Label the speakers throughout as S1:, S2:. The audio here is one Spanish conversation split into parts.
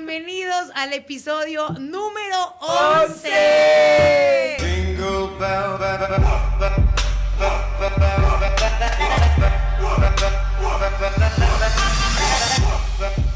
S1: Bienvenidos al episodio número 11.
S2: ¡Once!
S3: Jingle bell, bell, bell, bell, bell, bell, bell, bell.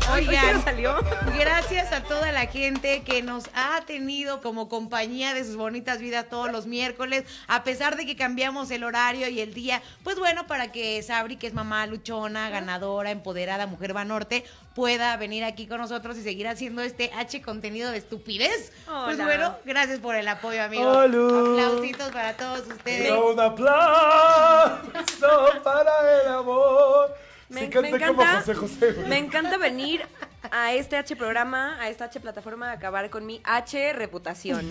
S2: ¿Qué
S1: Oigan,
S2: salió?
S1: Gracias a toda la gente que nos ha tenido como compañía de sus bonitas vidas todos los miércoles, a pesar de que cambiamos el horario y el día. Pues bueno, para que Sabri, que es mamá luchona, ganadora, empoderada, mujer banorte, pueda venir aquí con nosotros y seguir haciendo este H contenido de estupidez. Pues
S2: Hola.
S1: bueno, gracias por el apoyo, amigos.
S4: Hola.
S1: Aplausitos para todos ustedes.
S4: Pero un aplauso para el amor.
S2: Me,
S4: sí,
S2: me
S4: canté como
S2: encanta.
S4: José José. güey.
S2: Me encanta venir a este H programa, a esta H plataforma, a acabar con mi H reputación.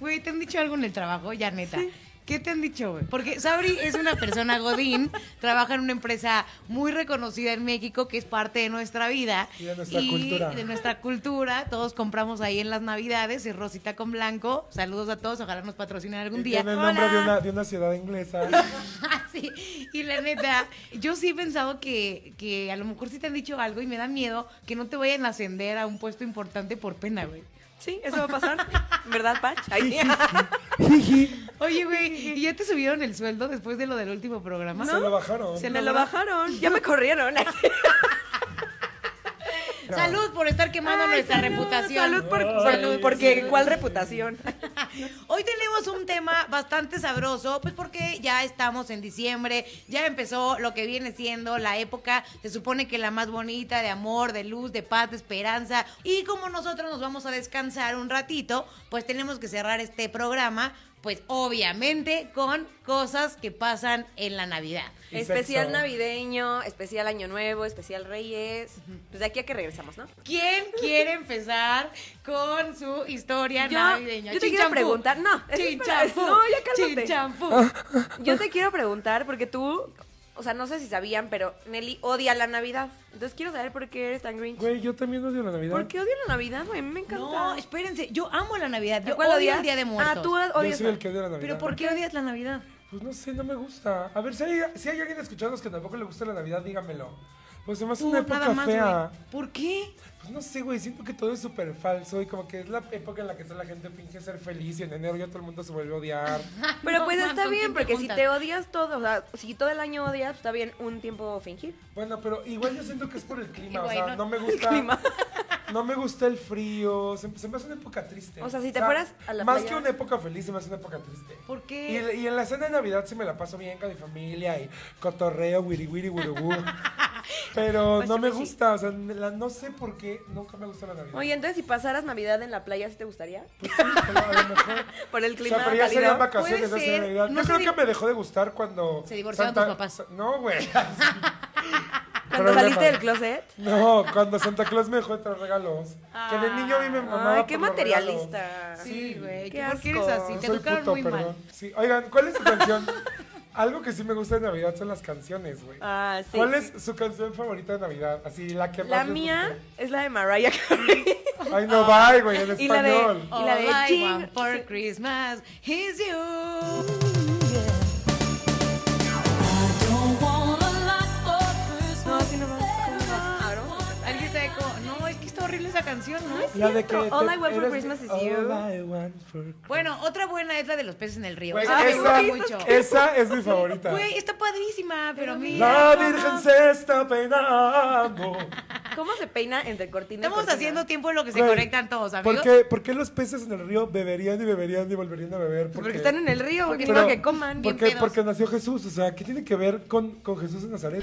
S1: Güey, ¿te han dicho algo en el trabajo? Ya, neta. ¿Qué te han dicho, güey? Porque Sabri es una persona godín, trabaja en una empresa muy reconocida en México que es parte de nuestra vida.
S4: Y de nuestra cultura.
S1: de nuestra cultura. Todos compramos ahí en las Navidades, es Rosita con Blanco. Saludos a todos, ojalá nos patrocinen algún día.
S4: Tiene el nombre de
S2: Hola.
S4: una, de una ciudad inglesa.
S1: Sí, y la neta, yo sí he pensado que, que a lo mejor sí te han dicho algo y me da miedo que no te vayan a ascender a un puesto importante por pena, güey.
S2: Sí, eso va a pasar. ¿Verdad, Pach? Ay.
S4: Jiji.
S1: Oye, güey, ¿y ya te subieron el sueldo después de lo del último programa?
S4: Se lo bajaron.
S1: Se
S2: Me lo bajaron. Ya me corrieron.
S4: No.
S1: Salud por estar quemando
S2: Ay,
S1: nuestra
S2: salud,
S1: reputación.
S2: Salud, por,
S4: Ay,
S2: por-
S4: salud.
S2: porque ¿cuál reputación?
S1: Hoy tenemos un tema bastante sabroso, pues porque ya estamos en diciembre, ya empezó lo que viene siendo la época, se supone que la más bonita de amor, de luz, de paz, de esperanza. Y como nosotros nos vamos a descansar un ratito, pues tenemos que cerrar este programa, pues obviamente con cosas que pasan en la Navidad.
S4: Y
S2: especial
S4: sexo.
S2: navideño, especial año nuevo, especial reyes. Pues de aquí a que regresamos, ¿no?
S1: ¿Quién quiere empezar con su historia
S2: Yo-
S1: navideña?
S2: yo te quiero
S1: Chinchampú.
S2: preguntar- no, eso es para-
S1: Chinchampú.
S2: no, ya cálmate. Ah.
S1: Chinchampú.
S2: Yo te quiero preguntar, porque tú, o sea, no sé si sabían, pero Nelly odia la Navidad. Entonces quiero saber por qué eres tan grinch.
S4: Güey, yo también odio la Navidad.
S2: ¿Por qué odio la Navidad, güey? A mí me encanta.
S1: No, espérense, yo amo la Navidad, yo
S2: ¿Cuál
S1: odio
S2: odias?
S1: el Día de Muertos.
S2: Ah, tú odias.
S4: Yo soy el que odia la Navidad.
S1: Pero ¿por qué odias la Navidad?
S4: Pues no sé, no me gusta. A ver, si hay, si hay alguien escuchándonos que tampoco le gusta la Navidad, dígamelo. Pues se me hace
S1: Tú,
S4: una
S1: nada
S4: época
S1: más,
S4: fea.
S1: güey. ¿Por qué?
S4: Pues no sé, güey, siento que todo es súper falso y como que es la época en la que toda la gente finge ser feliz y en enero ya todo el mundo se vuelve a odiar.
S2: Pero pues
S1: No,
S2: está
S1: ¿con quién
S2: bien,
S1: te
S2: porque si
S1: juntas?
S2: te odias todo, o sea, si todo el año odias, pues, está bien un tiempo fingir.
S4: Bueno, pero igual yo siento que es por el clima,
S1: Igual,
S4: o sea,
S1: no-
S4: no, me gusta.
S2: clima.
S4: No me gusta el frío, se, se me hace una época triste.
S2: O sea, si te fueras a la
S4: Más
S2: playa-
S4: que una época feliz, se me hace una época triste.
S1: ¿Por qué?
S4: Y, el- y en la cena de Navidad sí me la paso bien con mi familia y cotorreo, wiri wiri wiri Pero
S2: Pues
S4: no
S2: sí,
S4: me
S2: pues sí.
S4: gusta, o sea, me la- no sé por qué nunca me gusta la Navidad.
S2: Oye, entonces si pasaras Navidad en la playa, ¿sí te gustaría?
S4: Pues sí, pero a lo mejor...
S2: Por el
S4: O sea,
S2: clima
S4: pero ya
S2: cálido.
S4: serían vacaciones
S1: Puede
S4: de
S1: ser,
S4: Navidad.
S1: no
S4: Yo
S1: se
S4: creo
S1: di-
S4: que me dejó de gustar cuando.
S1: Se divorciaron tus papás.
S4: No, güey.
S2: Cuando
S4: Problema.
S2: saliste del closet.
S4: No, cuando Santa Claus me dejó de traer regalos. que de niño a mí me mamaba.
S2: Ah, Ay, qué
S4: por los
S2: materialista.
S4: regalos.
S1: Sí,
S4: Sí,
S1: güey.
S2: qué
S1: ¿Por qué eres
S2: asco.
S1: así?
S4: No
S1: Te
S4: soy
S1: educaron
S4: puto,
S1: muy mal.
S4: perdón. Sí, oigan, ¿cuál es su canción? Algo que sí me gusta de Navidad son las canciones, güey.
S2: Ah, sí.
S4: ¿Cuál es su canción favorita de Navidad? Así, la que más
S2: La
S4: les
S2: mía es la de Mariah Carey.
S4: gusta. Ay, no, bye, güey, en
S2: Y la de- Oh,
S4: español.
S2: Y la de
S1: All Oh, I
S2: Jing-
S1: want for Christmas is you.
S2: No, así no va. ¿Cómo va? Ahora vamos a cantar.
S1: Alguien sabe cómo. No, es que está horrible esa canción, ¿no?
S4: La de que.
S2: All
S4: te-
S2: I want for
S4: eres-
S2: Christmas is
S4: All
S2: you.
S4: I want for Christmas.
S1: Bueno, otra buena es la de los peces en el río.
S4: Güey,
S1: Esa
S2: ah,
S1: me gusta
S4: Pues, esa,
S1: mucho.
S4: esa es mi favorita.
S1: Güey, está padrísima, pero mira.
S4: La Virgen se está peinando.
S2: ¿Cómo se peina entre cortina y
S1: Estamos
S2: cortina?
S1: haciendo tiempo en lo que se
S4: Güey,
S1: conectan todos, amigos.
S4: ¿Por qué, por qué los peces en el río beberían y beberían y volverían a beber?
S2: Porque, están en el río, porque
S4: Pero-
S2: no que coman.
S1: bien
S4: porque,
S1: pedos.
S4: porque nació Jesús, o sea, ¿qué tiene que ver con, con Jesús en Nazaret?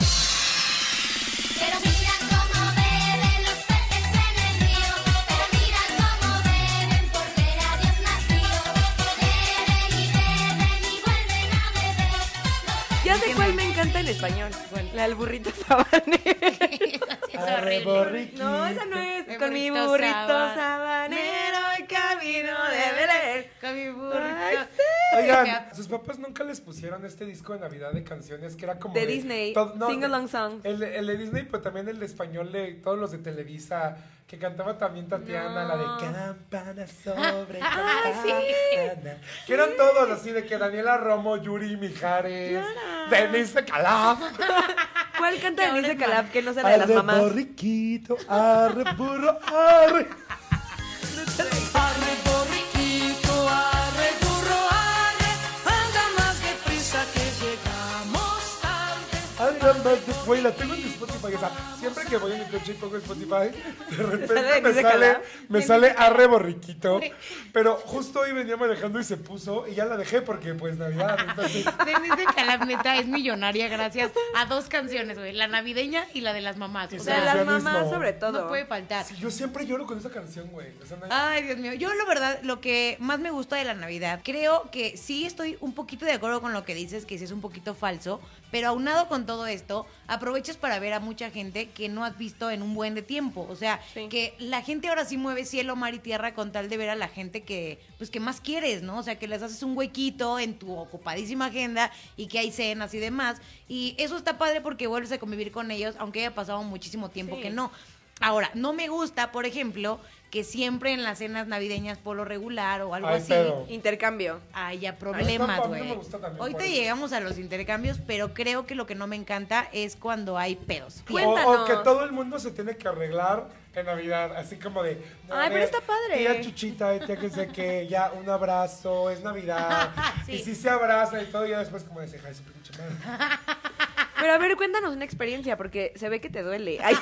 S5: Pero mira cómo beben los peces en el río, pero mira cómo beben porque era Dios nacido. Beben y beben y vuelven a beber.
S2: Ya sé cuál me encanta en español. La del burrito sabanero.
S1: Es horrible.
S4: Arreborriqui.
S2: No, esa no es.
S1: Mi
S2: Con mi
S1: burrito
S2: burrito
S1: saban-
S2: sabanero y camino de Belén.
S1: Con mi burrito.
S2: Ay,
S4: Oigan, sus papás nunca les pusieron este disco de Navidad de canciones que era como.
S2: De Disney, Sing Along Songs.
S4: El, el de Disney, pero también el de español de todos los de Televisa, que cantaba también Tatiana, la
S2: No.
S4: de Campana sobre
S1: Ah,
S4: campana.
S1: sí.
S4: Que eran todos así de que Daniela Romo, Yuri Mijares, Denise Calaf,
S2: ¿Cuál canta
S1: Ahora
S2: Denise
S1: es
S2: Calab que no sea la de las
S4: Arre
S2: mamás?
S4: Borriquito, Arre Burro, Arre. Güey, la tengo en mi Spotify. O sea, siempre que voy en mi coche y pongo Spotify, de
S2: ¿Sale
S4: repente
S2: de
S4: me
S2: Luis de
S4: sale,
S2: Calaf?
S4: me sale arre borriquito. Pero justo hoy venía manejando y se puso y ya la dejé porque pues Navidad. Entonces,
S1: Denise Calaf, neta, es millonaria gracias a dos canciones, güey. La navideña y la de las mamás.
S4: Y
S1: O
S2: O
S4: se
S1: sea,
S2: sea, las mamás
S4: Perfeccionismo.
S2: sobre todo.
S1: no puede faltar.
S4: sí, yo siempre lloro con esa canción, güey. O sea, no hay-
S1: Ay, Dios mío. Yo, la verdad, lo que más me gusta de la Navidad, creo que sí estoy un poquito de acuerdo con lo que dices, que sí es un poquito falso, pero aunado con todo esto, aprovechas para ver a mucha gente que no has visto en un buen de tiempo. O sea,
S2: Sí.
S1: que la gente ahora sí mueve cielo, mar y tierra con tal de ver a la gente que, pues, que más quieres, ¿no? O sea, que les haces un huequito en tu ocupadísima agenda y que hay cenas y demás. Y eso está padre porque vuelves a convivir con ellos, aunque haya pasado muchísimo tiempo
S2: Sí.
S1: que no. Ahora, no me gusta, por ejemplo, que siempre en las cenas navideñas por lo regular o algo
S4: Ay,
S1: así
S4: pero-
S2: Intercambio.
S1: haya
S4: Ay,
S1: problemas,
S4: no, a mí no
S1: güey.
S4: me gusta también
S1: Ahorita
S4: por eso.
S1: llegamos a los intercambios, pero creo que lo que no me encanta es cuando hay pedos.
S4: O- O,
S2: Cuéntanos.
S4: que todo el mundo se tiene que arreglar en Navidad, así como de. no,
S2: Ay,
S4: a
S2: pero
S4: ver,
S2: está padre.
S4: Tía Chuchita, tía que sé que, ya un abrazo, es Navidad.
S1: Sí.
S4: Y si se abraza y todo, ya después como dice, ay, su pinche madre.
S2: Pero a ver, cuéntanos una experiencia, porque se ve que te duele. Ay.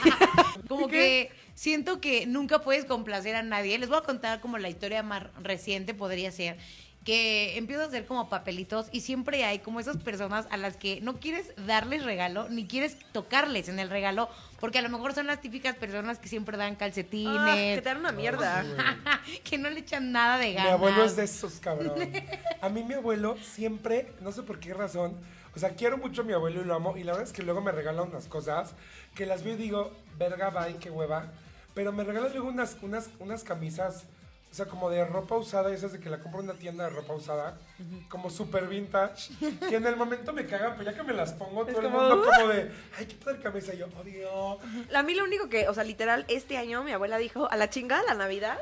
S1: Como que siento que nunca puedes complacer a nadie. Les voy a contar como la historia más reciente podría ser que empiezo a hacer como papelitos y siempre hay como esas personas a las que no quieres darles regalo ni quieres tocarles en el regalo porque a lo mejor son las típicas personas que siempre dan calcetines,
S2: Ah, que te dan una mierda.
S1: que no le echan nada de
S4: Mi
S1: ganas.
S4: abuelo es de esos, cabrón. A mí mi abuelo siempre, no sé por qué razón, o sea, quiero mucho a mi abuelo y lo amo, y la verdad es que luego me regala unas cosas que las veo y digo, verga, bye, qué hueva, pero me regala luego unas, unas, unas camisas, o sea, como de ropa usada, esas de que la compro en una tienda de ropa usada, como super vintage, que en el momento me cagan, pero ya que me las pongo, todo el
S2: como,
S4: mundo como de, ay, qué padre camisa, y yo, odio.
S2: A mí lo único que, o sea, literal, este año mi abuela dijo, a la chingada la Navidad,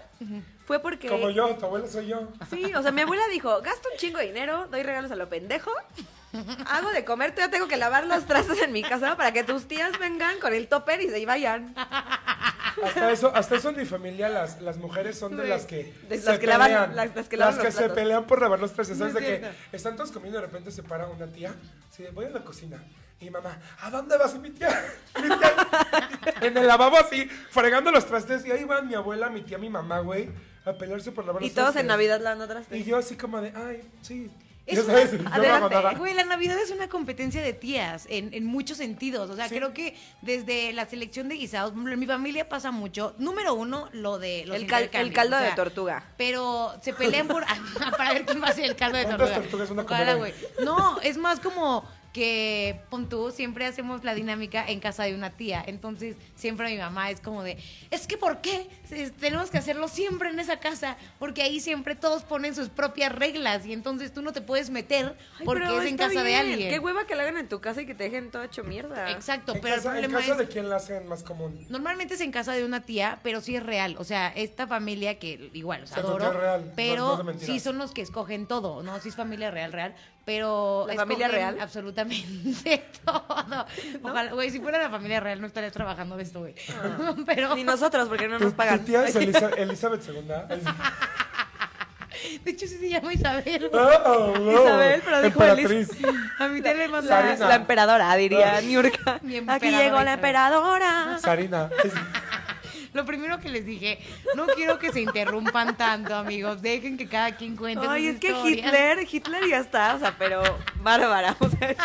S2: fue porque...
S4: Como yo, tu abuelo soy yo.
S2: Sí, o sea, mi abuela dijo, gasto un chingo de dinero, doy regalos a lo pendejo, hago de comer, yo tengo que lavar los trastes en mi casa para que tus tías vengan con el topper y se vayan.
S4: Hasta eso, hasta eso en mi familia las, las mujeres son de
S2: Güey,
S4: las que
S2: de
S4: se
S2: las que lavan-
S4: pelean.
S2: las- las que lavan los
S4: se
S2: platos.
S4: pelean por lavar los trastes.
S2: No
S4: ¿Sabes
S2: es
S4: de que
S2: cierto.
S4: están todos comiendo y de repente se para una tía? Sí, voy a la cocina. Y mamá, ¿a dónde vas? Y mi tía, mi tía en el lavabo así, fregando los trastes. Y ahí van mi abuela, mi tía, mi mamá, güey, a pelearse por lavar
S2: Y
S4: los
S2: todos
S4: trastes.
S2: en Navidad lavando trastes.
S4: Y yo así como de, ay, sí.
S1: Es
S4: Ya
S1: una-
S4: sabes, yo no hago
S2: adelante,
S4: nada.
S1: Güey, la Navidad es una competencia de tías en, en muchos sentidos. O sea,
S4: Sí.
S1: creo que desde la selección de guisados, por ejemplo, en mi familia pasa mucho. Número uno, lo de los
S2: El, cal- el
S1: intercambios,
S2: caldo
S1: o sea,
S2: de tortuga.
S1: Pero se pelean por para ver quién va a hacer el caldo de
S4: ¿Cuántas
S1: tortuga.
S4: tortugas van a
S1: Ojalá,
S4: comer hoy?
S1: güey. No, es más como que pon tú, siempre hacemos la dinámica en casa de una tía. Entonces, siempre mi mamá es como de, es que ¿por qué? Es- Tenemos que hacerlo siempre en esa casa, porque ahí siempre todos ponen sus propias reglas y entonces tú no te puedes meter
S2: Ay,
S1: porque
S2: pero
S1: es en
S2: está
S1: casa de
S2: bien.
S1: alguien.
S2: Qué hueva que la hagan en tu casa y que te dejen todo hecho mierda.
S1: Exacto,
S4: En
S1: pero
S4: casa,
S1: el
S4: en
S1: problema
S4: casa
S1: es
S4: de quién la hacen más común.
S1: Normalmente es en casa de una tía, pero sí es real. O sea, esta familia que igual, los
S4: O sea, tu
S1: adoro,
S4: tía es real, no- no es
S1: pero
S4: de mentiras.
S1: sí son los que escogen todo, ¿no? Sí es familia real, real, pero...
S2: ¿La familia
S1: escogen
S2: real?
S1: Absolutamente todo. Ojalá, güey, si fuera la familia real no estaría trabajando de esto, güey. pero...
S2: Ah. Ni nosotros, porque no
S4: Tu,
S2: nos pagan.
S4: tu tía es Elisa- Elizabeth II. Ay, sí.
S1: De hecho, sí se llama Isabel. güey.
S4: Oh, no.
S2: Isabel, pero dijo
S4: Emperatriz.
S1: A mi tía le mando
S2: la,
S4: Sarina.
S2: la emperadora, diría Niurka.
S1: Mi
S2: Aquí
S1: emperadora
S2: llegó la
S1: Isabel.
S2: emperadora.
S4: Sarina.
S1: Lo primero que les dije, no quiero que se interrumpan tanto, amigos. Dejen que cada quien cuente
S2: Ay,
S1: sus
S2: es que
S1: historias.
S2: Hitler, Hitler ya está, o sea, pero bárbara. O sea,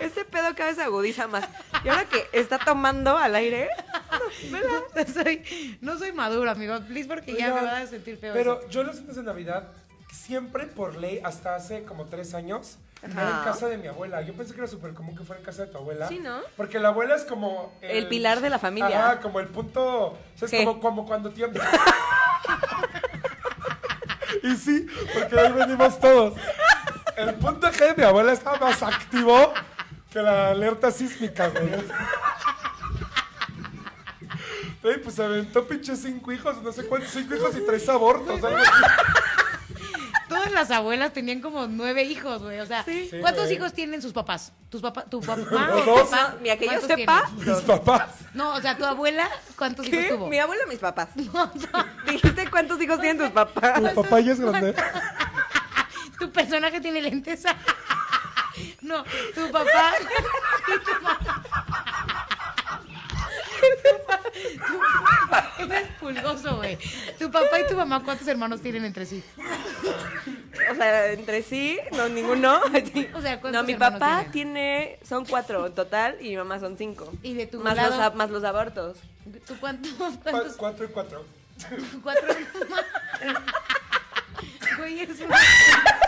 S2: este pedo cada vez se agudiza más. Y ahora que está tomando al aire,
S1: No soy, no soy maduro, amigos. Please, porque ya me
S4: Oigan,
S1: va a sentir peor.
S4: Pero yo los cenas de Navidad, siempre por ley, hasta hace como tres años, era en
S2: Ajá.
S4: casa de mi abuela. Yo pensé que era súper común que fuera en casa de tu abuela.
S2: Sí, ¿no?
S4: Porque la abuela es como...
S2: El pilar de la familia.
S4: Ajá, como el punto... o sea, es
S2: ¿Qué?
S4: como, como cuando tiembla. y sí, porque ahí venimos todos. El punto G de mi abuela está más activo que la alerta sísmica, güey. Güey, pues aventó pinche cinco hijos, no sé cuántos, cinco hijos y tres abortos. algo así.
S1: Todas las abuelas tenían como nueve hijos, güey. O sea,
S4: Sí,
S1: ¿cuántos
S4: güey.
S1: hijos tienen sus papás? ¿Tus papá, ¿Tu papá
S4: Los
S1: o tu
S4: dos.
S1: papá?
S2: Mira, que yo
S1: ¿Cuántos
S2: sepa,
S1: tienen?
S4: Mis papás.
S1: No, o sea, ¿tu abuela cuántos
S2: ¿qué?
S1: hijos tuvo?
S2: Mi abuelo y mis papás. Dijiste cuántos hijos tienen tus papás.
S4: Tu papá ya es grande.
S1: ¿Tu personaje tiene lentes? no, tu papá... güey. Tu papá y tu mamá, ¿cuántos hermanos tienen entre sí?
S2: O sea, entre sí, no, ninguno. Sí.
S1: O sea, ¿cuántos
S2: no, mi
S1: hermanos
S2: papá tiene, son cuatro en total y mi mamá son cinco.
S1: ¿Y de tu
S2: más
S1: lado?
S2: Los, ab- más los abortos.
S1: ¿Tú cuántos?
S4: Cu-
S1: ¿Cuántos?
S4: Cuatro y cuatro.
S1: Cuatro hermanos. Güey, es una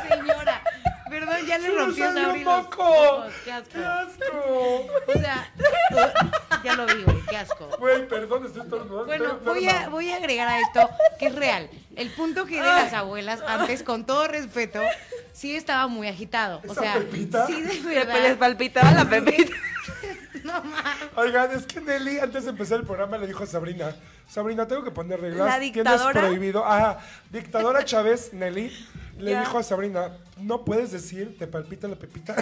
S1: señora. Perdón, ya le
S4: ¡Se me
S1: rompió
S4: salió
S1: Sabri
S4: un
S1: los
S4: moco!
S1: ojos. Qué asco.
S4: ¡Qué asco!
S1: O sea, ya lo vi, güey, qué asco.
S4: Güey, perdón, estoy estornudando.
S1: Bueno,
S4: estoy
S1: voy a,
S4: enferma.
S1: voy a agregar a esto que es real. El punto que de las abuelas antes, con todo respeto, sí estaba muy agitado. O
S4: ¿Esa
S1: sea,
S4: pepita?
S1: sí de
S2: Le- pues, Les
S1: verdad.
S2: palpitaba la pepita.
S1: No mames.
S4: Oigan, es que Nelly antes de empezar el programa le dijo a Sabrina, Sabrina, tengo que poner reglas.
S2: La dictadora.
S4: Tienes prohibido. Ah, dictadora Chávez, Nelly, le
S2: Ya.
S4: dijo a Sabrina, no puedes decir, te palpita la pepita.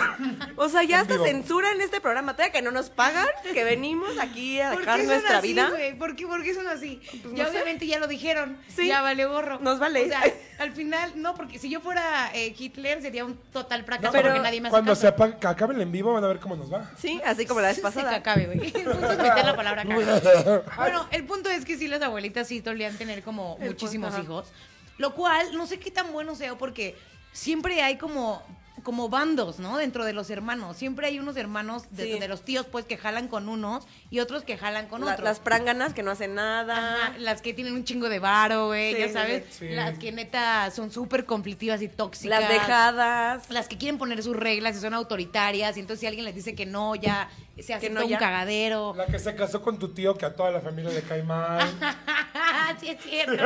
S2: O sea, ya
S4: En
S2: hasta
S4: vivo.
S2: censura en este programa. Todavía que no nos pagan, que venimos aquí a
S1: ¿Por
S2: dejar
S1: qué son
S2: nuestra
S1: así,
S2: vida. Pues
S1: güey? ¿Por qué, por qué son así? ya
S2: no sé.
S1: obviamente ya lo dijeron.
S2: Sí.
S1: Ya vale gorro.
S2: Nos vale.
S1: O sea, al final, no, porque si yo fuera eh, Hitler sería un total fracaso
S2: pero
S1: porque nadie me hace
S4: Cuando
S1: caso.
S4: se apague, que acabe el en vivo van a ver cómo nos va.
S2: Sí, así como la vez
S1: Sí,
S2: pasada.
S1: que acabe, güey. Justo inventé la palabra caca. Bueno, el punto es que sí, las abuelitas sí solían tener como
S2: El
S1: muchísimos
S2: punto, ajá.
S1: hijos. Lo cual, no sé qué tan bueno sea, porque siempre hay como como bandos, ¿no? Dentro de los hermanos. Siempre hay unos hermanos de,
S2: Sí.
S1: de los tíos, pues, que jalan con unos y otros que jalan con
S2: La-
S1: otros.
S2: las pránganas que no hacen nada.
S1: Ajá, las que tienen un chingo de varo, güey,
S2: Sí,
S1: ya
S2: sí,
S1: sabes.
S4: sí.
S1: Las que neta son súper conflictivas y tóxicas.
S2: Las dejadas.
S1: Las que quieren poner sus reglas y son autoritarias. Y entonces si alguien les dice que no, ya se hace
S2: no,
S1: todo
S2: ya.
S1: un cagadero.
S4: La que se casó con tu tío, que a toda la familia le cae mal.
S1: Ah, sí, es cierto.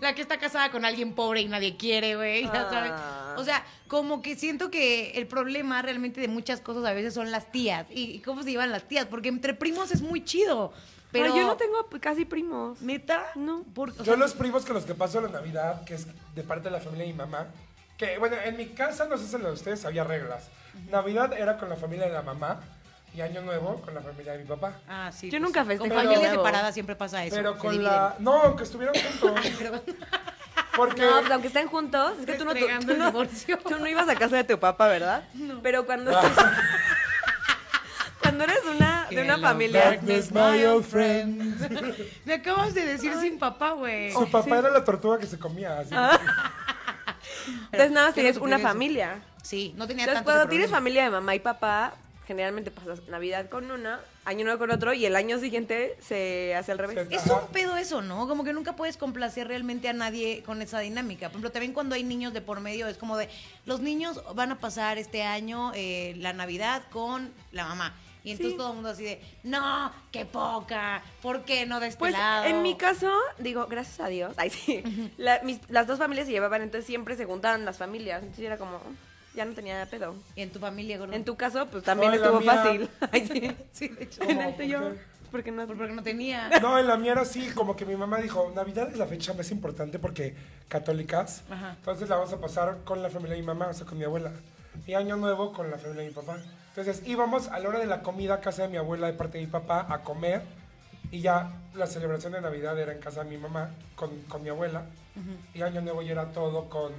S1: La que está casada con alguien pobre y nadie quiere, güey. ya sabes.
S2: Ah.
S1: O sea, como que siento que el problema realmente de muchas cosas a veces son las tías. ¿Y y cómo se llevan las tías? Porque entre primos es muy chido. Pero
S2: Pero yo no tengo p- casi primos.
S1: ¿Neta?
S2: No.
S1: Por- o sea,
S4: Yo los primos con los que paso la Navidad, que es de parte de la familia de mi mamá, que bueno, en mi casa, no sé si en la de ustedes había reglas. Navidad era con la familia de la mamá y Año Nuevo con la familia de mi papá.
S1: Ah, sí.
S2: Yo nunca festejé
S1: Con familias
S2: Año Nuevo.
S1: separadas siempre pasa eso.
S4: Pero
S1: se
S4: con
S1: dividen.
S4: la... No, aunque estuvieron juntos. Porque...
S2: No, pues aunque estén juntos, es que tú no, tú,
S1: Restregando
S2: tú
S1: el
S2: no,
S1: divorcio.
S2: tú no ibas a casa de tu papá, ¿verdad? Pero cuando, cuando eres una, de una
S1: Hello,
S2: familia,
S4: Darkness, my old friend.
S1: Me acabas de decir sin papá, güey.
S4: Su papá era la tortuga que se comía. así.
S2: entonces nada
S1: Yo no
S2: más tienes
S1: supe
S2: una
S1: eso.
S2: familia.
S1: Sí, no tenía
S2: Entonces
S1: tanto
S2: cuando
S1: ese
S2: tienes
S1: problema.
S2: familia de mamá y papá, generalmente pasas Navidad con una, año nuevo con otro y el año siguiente se hace al revés.
S4: Se-
S1: Es un pedo eso, ¿no? Como que nunca puedes complacer realmente a nadie con esa dinámica. Por ejemplo, también cuando hay niños de por medio, es como de, los niños van a pasar este año eh, la Navidad con la mamá. Y entonces
S2: Sí.
S1: todo el mundo así de, no, qué poca, ¿por qué no de este
S2: Pues
S1: lado?"
S2: en mi caso, digo, gracias a Dios, ay sí, la- mis- las dos familias se llevaban, entonces siempre se juntaban las familias, entonces yo era como, ya no tenía pedo.
S1: Y en tu familia, gordo?
S2: En tu caso, pues también
S4: No, en la
S2: estuvo
S4: mía.
S2: fácil. Ay, sí.
S1: Sí, de hecho.
S2: En
S4: ¿Cómo?
S2: el tuyo.
S4: ¿Por qué?
S2: Porque no.
S1: Porque no tenía.
S4: No, en la mía era así, como que mi mamá dijo, Navidad es la fecha más importante porque católicas,
S1: Ajá.
S4: entonces la vamos a pasar con la familia de mi mamá, o sea, con mi abuela. Y Año Nuevo con la familia de mi papá. Entonces íbamos a la hora de la comida a casa de mi abuela de parte de mi papá a comer y ya la celebración de Navidad era en casa de mi mamá con, con mi abuela y Año Nuevo ya era todo con